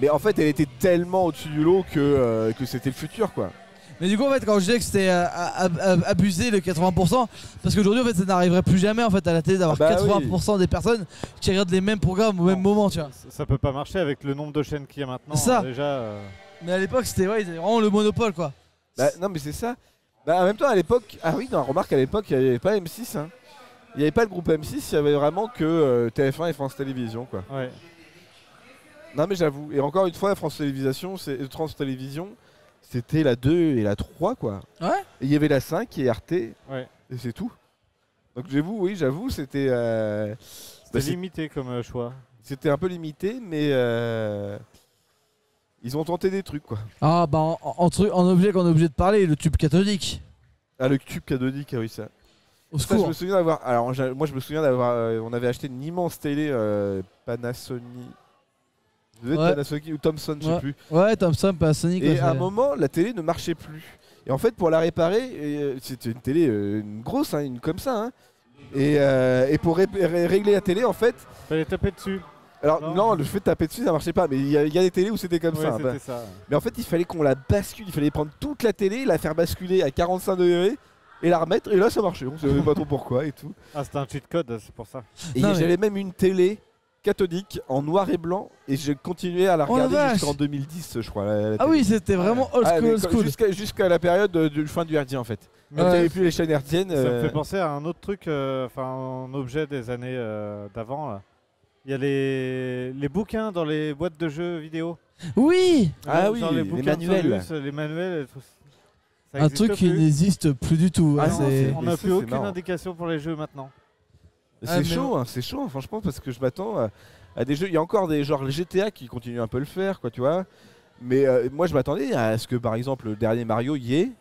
C: Mais en fait, elle était tellement au-dessus du lot que, euh, que c'était le futur, quoi.
D: Mais du coup, en fait, quand je disais que c'était euh, ab- ab- abusé le 80%, parce qu'aujourd'hui, en fait, ça n'arriverait plus jamais en fait à la télé d'avoir
C: Bah oui.
D: 80% des personnes qui regardent les mêmes programmes au même
E: Non.
D: moment, tu vois.
E: Ça ça peut pas marcher avec le nombre de chaînes qu'il y a maintenant.
D: Ça.
E: euh, Déjà. euh,
D: Mais à l'époque, c'était ouais, ils avaient vraiment le monopole, quoi.
C: Bah, non, mais c'est ça. Bah, en même temps, à l'époque, ah oui, non, remarque, à l'époque, il n'y avait pas M6. hein. Il n'y avait pas le groupe M6, il y avait vraiment que euh, TF1 et France Télévisions, quoi.
E: Ouais.
C: Non, mais j'avoue. Et encore une fois, France Télévision, c'est euh, France Télévision, c'était la 2 et la 3, quoi.
D: Ouais.
C: Et il y avait la 5 et RT.
E: Ouais.
C: Et c'est tout. Donc j'avoue, oui, j'avoue, c'était. euh,
E: C'était
C: bah, c'est-
E: limité comme euh, choix.
C: C'était un peu limité, mais euh, ils ont tenté des trucs quoi.
D: Ah bah en, en, truc- en objet qu'on est obligé de parler, le tube cathodique.
C: Ah le tube canonique, ah oui ça.
D: Au
C: Ça, je
D: secours.
C: me souviens d'avoir. Alors j'a- moi je me souviens d'avoir. euh, on avait acheté une immense télé euh, Panasonic. Ça devait être
D: Ouais.
C: Panasonic ou Thomson, je
D: Ouais.
C: sais plus.
D: Ouais, Thompson, pas Sonic.
C: Et à un moment, la télé ne marchait plus. Et en fait, pour la réparer, et, euh, c'était une télé euh, une grosse, hein, une comme ça. hein. Et, euh, et pour ré- ré- régler la télé, en fait,
E: Fallait taper dessus.
C: alors
E: Non.
C: non, le fait de taper dessus, ça marchait pas. Mais il y, a- il y a des télés où c'était comme
E: Ouais,
C: ça. hein, bah.
E: c'était ça.
C: Mais en fait, il fallait qu'on la bascule. Il fallait prendre toute la télé, la faire basculer à 45 degrés et la remettre. Et là, ça marchait. On savait pas trop pourquoi et tout.
E: Ah, c'était un cheat code, c'est pour ça.
C: Et
D: Non, mais-
C: j'avais même une télé cathodique en noir et blanc. Et je continuais à la
D: Oh, la
C: regarder
D: vache.
C: jusqu'en 2010, je crois. la- la
D: Ah
C: télé.
D: oui, c'était vraiment old
C: Ah,
D: school,
C: mais
D: old
C: quand-
D: school.
C: Jusqu'à jusqu'à la période de- du fin du RD en fait. Quand il n'y
D: Ouais.
C: avait plus les chaînes hertziennes.
E: Ça me
C: euh,
E: fait penser à un autre truc, euh, enfin un objet des années euh, d'avant. là. Il y a les, les bouquins dans les boîtes de jeux vidéo.
D: Oui
C: Ah
E: Genre
C: oui,
E: les,
C: les
E: bouquins de
C: manuels.
E: Solus, les manuels. et tout. Ça
D: Un
E: existe
D: truc qui
E: plus. Ah
D: n'existe plus du tout.
C: Ah
D: hein,
C: non,
D: c'est-
C: c'est-
E: On
C: Mais
E: n'a
C: ça,
E: plus
C: c'est
E: aucune
C: marrant.
E: indication pour les jeux maintenant.
D: Ah, mais
C: C'est chaud, hein, c'est chaud, hein, franchement, parce que je m'attends à, à des jeux. Il y a encore des genres les GTA qui continuent un peu le faire, quoi, tu vois. Mais euh, moi, je m'attendais à ce que, par exemple, le dernier Mario y est.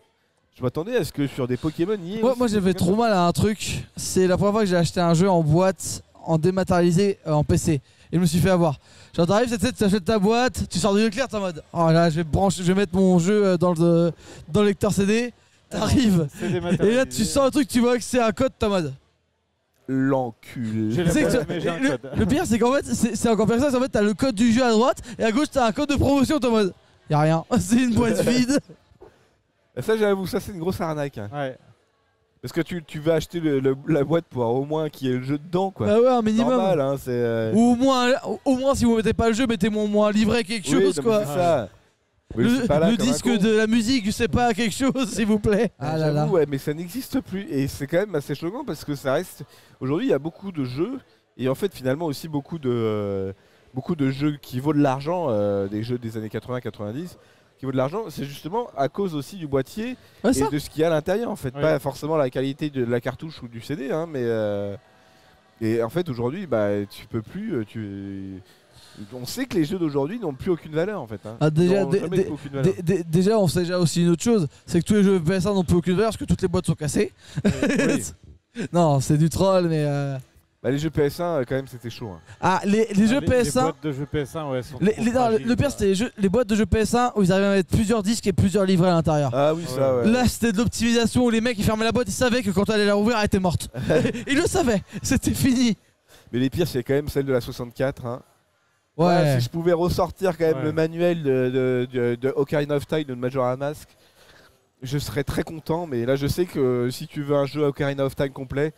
C: Je m'attendais à ce que sur des Pokémon y ait.
D: Moi,
C: aussi
D: moi
C: des
D: j'avais
C: trucs
D: trop mal à un truc. C'est la première fois que j'ai acheté un jeu en boîte, en dématérialisé, euh, en PC. Et je me suis fait avoir. Genre, t'arrives, tu sais, tu achètes ta boîte, tu sors du Leclerc, t'es en mode Oh là, je vais, brancher, je vais mettre mon jeu euh, dans le, dans le lecteur CD. T'arrives.
E: C'est
D: Et
E: dématérialisé.
D: là, tu sens un truc, tu vois que c'est un code, t'es en mode.
C: comme ça. L'enculé.
E: J'ai la
D: Tu sais que
E: boîte,
D: tu-
E: mais j'ai un
D: le-
E: code.
D: Le pire, c'est qu'en fait, c'est c'est encore pire que ça. c'est En fait, t'as le code du jeu à droite, et à gauche, t'as un code de promotion, t'es en mode Y'a rien. C'est une boîte vide.
C: Ça, j'avoue, ça, c'est une grosse arnaque. hein.
E: Ouais.
C: Parce que tu, tu vas acheter le- le- la boîte pour avoir au moins qu'il y ait le jeu dedans, quoi.
D: Bah ouais, un minimum.
C: Normal, hein, c'est. euh,
D: Ou au moins, au moins, si vous mettez pas le jeu, mettez-moi au moins livret quelque
C: oui,
D: chose,
C: non, mais
D: quoi. Ah.
C: c'est ça. Mais je
D: Le,
C: suis pas là
D: le
C: comme un
D: disque
C: con.
D: de la musique, je sais pas, quelque chose, s'il vous plaît. Ah là là.
C: J'avoue, Ouais, mais ça n'existe plus et c'est quand même assez choquant parce que ça reste. Aujourd'hui, il y a beaucoup de jeux et en fait, finalement aussi beaucoup de euh, beaucoup de jeux qui vaut de l'argent, euh, des jeux des années 80-90 qui vaut de l'argent. C'est justement à cause aussi du boîtier et
D: Ouais, Ah, ça.
C: de ce qu'il y a à l'intérieur en fait,
E: Ouais.
C: pas forcément la qualité de la cartouche ou du CD, hein, mais euh, et en fait aujourd'hui, bah tu peux plus, euh, tu on sait que les jeux d'aujourd'hui n'ont plus aucune valeur en fait. hein.
D: Ah,
C: Ils
D: déjà,
C: n'ont
D: dé-
C: jamais
D: dé-
C: aucune valeur.
D: Dé- dé- déjà, on sait déjà aussi une autre chose, c'est que tous les jeux PSA n'ont plus aucune valeur parce que toutes les boîtes sont cassées. non, c'est du troll, mais. euh,
C: Bah, les jeux PS1 euh, quand même c'était chaud. hein.
D: Ah, les, les jeux
E: Les
D: PS1.
E: boîtes de jeux PS1, ouais, sont
D: les-
E: trop
D: les- non, le-
E: fragiles,
D: le pire,
E: quoi.
D: c'était les, jeux- les boîtes de jeux PS1 où ils arrivaient à mettre plusieurs disques et plusieurs livrets à l'intérieur.
C: Ah oui ça.
E: Ouais.
C: ouais.
D: Là, c'était de l'optimisation où les mecs ils fermaient la boîte, ils savaient que quand elle allait la rouvrir, elle était morte. ils le savaient, c'était fini.
C: Mais les pires, c'est quand même celle de la 64. Hein.
D: Ouais.
C: Ah, si je pouvais ressortir quand même
E: Ouais.
C: le manuel de, de, de- de Ocarina of Time de Majora's Mask, je serais très content. Mais là, je sais que si tu veux un jeu Ocarina of Time complet,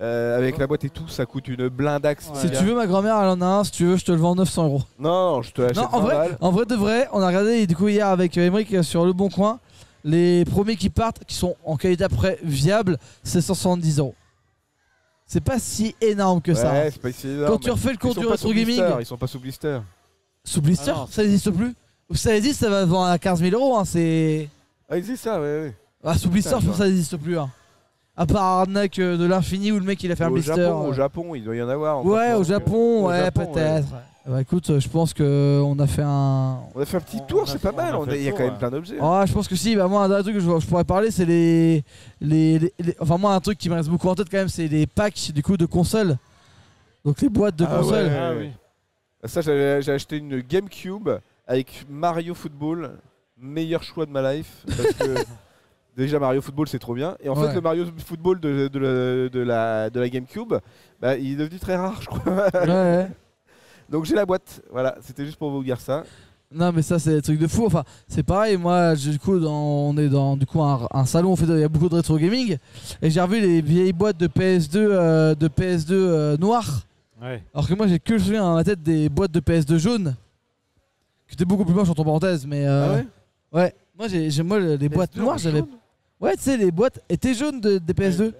C: euh, avec la boîte et tout, ça coûte une blindax.
E: Ouais.
D: si tu veux, ma grand-mère, elle en a un. Si tu veux, je te le vends 900 euros.
C: Non, non, je te l'achète
D: Non, en
C: 20
D: vrai,
C: balles.
D: en vrai de vrai, on a regardé du coup hier avec euh, Emeric euh, sur le bon coin. Les premiers qui partent, qui sont en qualité après viable, c'est 170 euros. C'est pas si énorme que ça.
C: Ouais, c'est pas si énorme,
D: Quand tu
C: mais
D: refais le
C: ils
D: compte
C: sont
D: du
C: pas sous
D: rétro gaming,
C: blister, Ils sont pas sous blister.
D: sous blister,
E: Ah non.
D: ça n'existe plus. Ou ça existe, ça va vendre à 15 000 euros. hein, c'est
C: Ah, c'est ça, ouais, ouais.
D: ah, sous blister,
C: Putain,
D: je pense que ça n'existe plus. hein. À part arnaque euh, de l'infini où le mec il a fait un
C: au,
D: blister.
C: Japon, hein.
D: euh.
C: au Japon, il doit y en avoir. encore.
D: ouais, au Japon,
E: Au
D: ouais,
E: Japon,
D: peut-être. Bah, écoute, euh, je pense que on a fait un,
C: On a fait un petit
E: On a
C: tour, c'est
E: fait-
C: pas mal.
E: on a
C: on
E: fait
C: a-
E: le
C: Il y a
E: tour,
C: quand même
E: ouais.
C: plein d'objets.
D: Ah, je pense que si. Bah, moi, un dernier truc que je, je pourrais parler, c'est les, les, les- les- Enfin, moi, un truc qui me reste beaucoup en tête quand même, c'est les packs du coup de consoles. Donc, les boîtes de
C: Ah
D: consoles.
C: ouais.
E: Ah oui.
C: Ça, j'avais- j'ai acheté une GameCube avec Mario Football. Meilleur choix de ma life. Parce que déjà, Mario Football, c'est trop bien. Et en
D: Ouais.
C: fait, le Mario Football de, de la, de la- de la GameCube, bah, il est devenu très rare, je crois.
D: Ouais, ouais.
C: Donc j'ai la boîte. Voilà, c'était juste pour vous dire ça.
D: Non, mais ça, c'est des trucs de fou. Enfin, c'est pareil. Moi, je- du coup, dans- on est dans du coup un, un salon. En fait, il y a beaucoup de rétro gaming. Et j'ai revu les vieilles boîtes de PS2, euh, de PS2 euh, noires.
E: Ouais.
D: Alors que moi, j'ai que le souvenir dans ma tête des boîtes de PS2 jaunes. Qui étaient beaucoup plus moches entre parenthèses. Mais
E: Ah
D: euh, ouais. Moi, j'ai j'ai- moi, les boîtes noires, j'avais Ouais, tu sais, les boîtes étaient jaunes de, des PS2.
E: Enfin,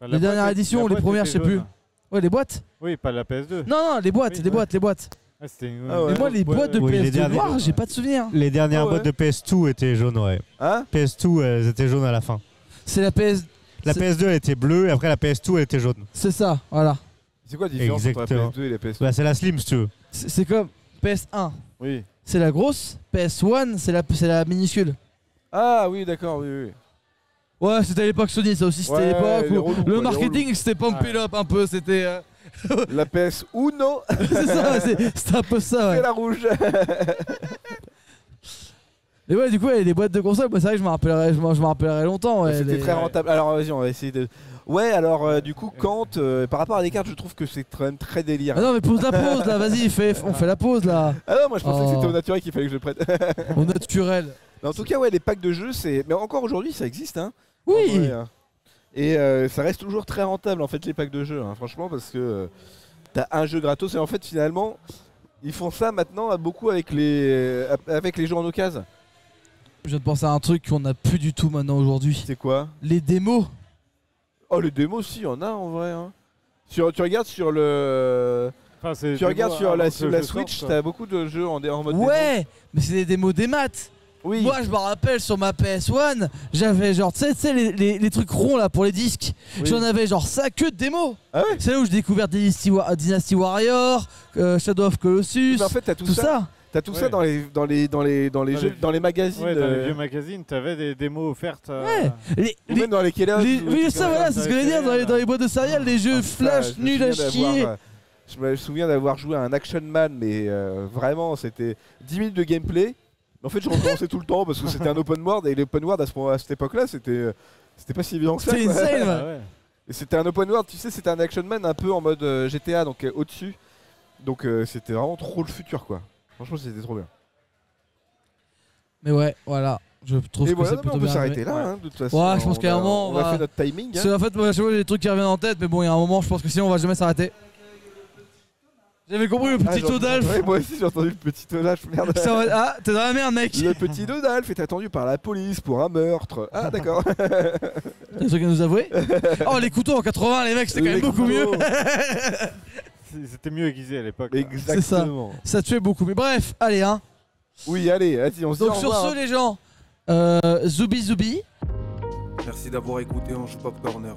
E: la
D: Les
E: boîte
D: dernières
E: est-
D: éditions,
E: la
D: les
E: boîte
D: premières,
E: était
D: je sais plus.
E: jaune.
D: Ouais, les boîtes
E: Oui, pas la PS2.
D: Non, non, les boîtes,
E: Oui,
D: les boîtes, les boîtes.
E: Ah, c'était une-
C: Ah ouais.
D: Mais moi, les
B: Ouais,
D: boîtes de
B: oui, les
D: PS2
B: dernières.
D: noires, j'ai pas de souvenir.
B: Les dernières
C: Ah ouais.
B: boîtes de PS2 étaient jaunes, ouais.
C: Hein
B: PS2, elles étaient jaunes à la fin.
D: C'est la PS.
B: La
D: C'est-
B: PS2, elle était bleue, et après la PS2, elle était jaune.
D: C'est ça, voilà.
C: C'est quoi la différence entre la
B: Exactement.
C: PS2 et la PS2
B: Bah, c'est la Slim, si tu veux.
D: C'est c'est comme PS1,
C: Oui.
D: c'est la grosse. PS1, c'est la, c'est la minuscule.
C: Ah oui, d'accord, oui, oui.
D: Ouais, c'était à l'époque Sony, ça aussi, c'était
C: Ouais, les
D: à l'époque où
C: relous, quoi,
D: le
C: les
D: marketing, c'était pompé up un peu. C'était. euh,
C: La PS Uno,
D: c'est ça, c'est- c'était un peu ça, ouais.
C: c'est la rouge.
D: Et ouais, du coup, ouais, les boîtes de console, bah, c'est vrai que je m'en rappellerai, je m'en je m'en rappellerai longtemps. Ouais,
C: C'était
D: les-
C: très rentable. Alors vas-y, on va essayer de. Ouais, alors euh, du coup, Kant, euh, par rapport à des cartes, je trouve que c'est quand même très délire.
D: Ah non, mais pose la pause là, vas-y, fais- on fait la pause là.
C: Ah non, moi je pensais que
D: Oh.
C: c'était au naturel qu'il fallait que je le prête.
D: Au naturel.
C: Mais en tout cas, ouais, les packs de jeux, c'est. Mais encore aujourd'hui, ça existe, hein
D: Oui
C: En vrai, hein. Et euh, ça reste toujours très rentable, en fait, les packs de jeux, hein, franchement, parce que euh, t'as un jeu gratos, et en fait, finalement, ils font ça maintenant euh, beaucoup avec les, euh, avec les jeux en occasion.
D: Je viens de penser à un truc qu'on n'a plus du tout maintenant aujourd'hui.
C: C'est quoi
D: Les démos.
C: Oh, les démos, si, y en a en vrai, hein. Sur, tu regardes sur le,
E: Enfin, c'est
C: tu
E: des
C: regardes
E: mots
C: sur
E: avant
C: la,
E: que
C: sur
E: je
C: la
E: sorte,
C: Switch,
E: quoi.
C: t'as beaucoup de jeux en, dé- en mode démo.
D: Ouais, mais c'est des démos des maths.
C: Oui.
D: Moi, je me rappelle sur ma PS1, j'avais genre, tu sais, tu sais, les, les- les trucs ronds là pour les disques.
C: Oui.
D: J'en avais genre ça que de démos.
C: Ah ouais
D: C'est là où j'ai découvert Dynasty, Wa- euh, Dynasty Warrior, euh, Shadow of Colossus,
C: Mais en fait, t'as tout,
D: tout
C: ça,
D: ça.
C: t'as tout ça
E: Ouais.
C: dans les dans les dans les dans les
E: Dans
C: jeux,
E: les-
C: dans les magazines,
E: Ouais, dans les
C: euh,
E: vieux magazines, t'avais des démos offertes. euh,
D: Ouais. Les-
C: ou
D: les-
C: même dans les Kellogg's.
D: les-
C: ou des
D: oui,
C: trucs
D: ça
C: comme
D: voilà,
E: ça,
D: c'est ce
E: ça
D: que je voulais
E: avait
D: dire dans
E: été,
D: les, dans les boîtes de céréales, les jeux
C: Ça,
D: flash
C: je me
D: nuls à
C: souviens d'avoir,
D: chier.
C: euh, Je me souviens d'avoir joué à un Action Man, mais euh, vraiment, c'était 10 minutes de gameplay. Mais en fait, je recommençais tout le temps parce que c'était un open world et l'open world à, ce moment, à cette époque-là, c'était euh, c'était pas si évident que ça.
D: C'était
C: quoi.
D: insane, ouais.
E: Ah ouais.
C: Et C'était un open world, tu sais, c'était un Action Man un peu en mode euh, GTA, donc euh, au-dessus. Donc euh, c'était vraiment trop le futur, quoi. Franchement, c'était trop bien.
D: Mais ouais, voilà. Je trouve
C: Et
D: que
C: voilà,
D: c'est
C: non, mais
D: plutôt
C: on peut
D: bien
C: s'arrêter
D: arrivé.
C: là,
E: Ouais.
C: hein, de toute façon.
D: Ouais, je pense
C: on
D: qu'à un
C: a-
D: moment, on
C: On a
D: va-
C: fait notre timing. hein.
D: C'est en fait, moi, à chaque fois, j'ai des trucs qui reviennent en tête, mais bon, il y a un moment, je pense que sinon, on va jamais s'arrêter. J'avais compris le
C: Ah,
D: petit
C: j'ai entendu-
D: Todalf.
C: Ouais, moi aussi j'ai entendu le petit Odalf, merde.
D: Ça va- Ah, t'es dans la merde, mec.
C: Le petit Odalf est attendu par la police pour un meurtre. Ah d'accord.
D: T'as des trucs à nous avouer Oh, les couteaux en 80, les mecs, c'était quand
C: Les
D: même beaucoup mieux.
C: couteaux.
E: C'est- C'était mieux aiguisé à l'époque. là.
C: Exactement.
D: Ça tuait beaucoup. Mais bref, allez, hein.
C: Oui, allez, vas-y, on se dit
D: Donc,
C: au
D: sur
C: revoir, hein.
D: ce, les gens, euh, Zoubi Zoubi.
A: Merci d'avoir écouté Ange Pop Corner.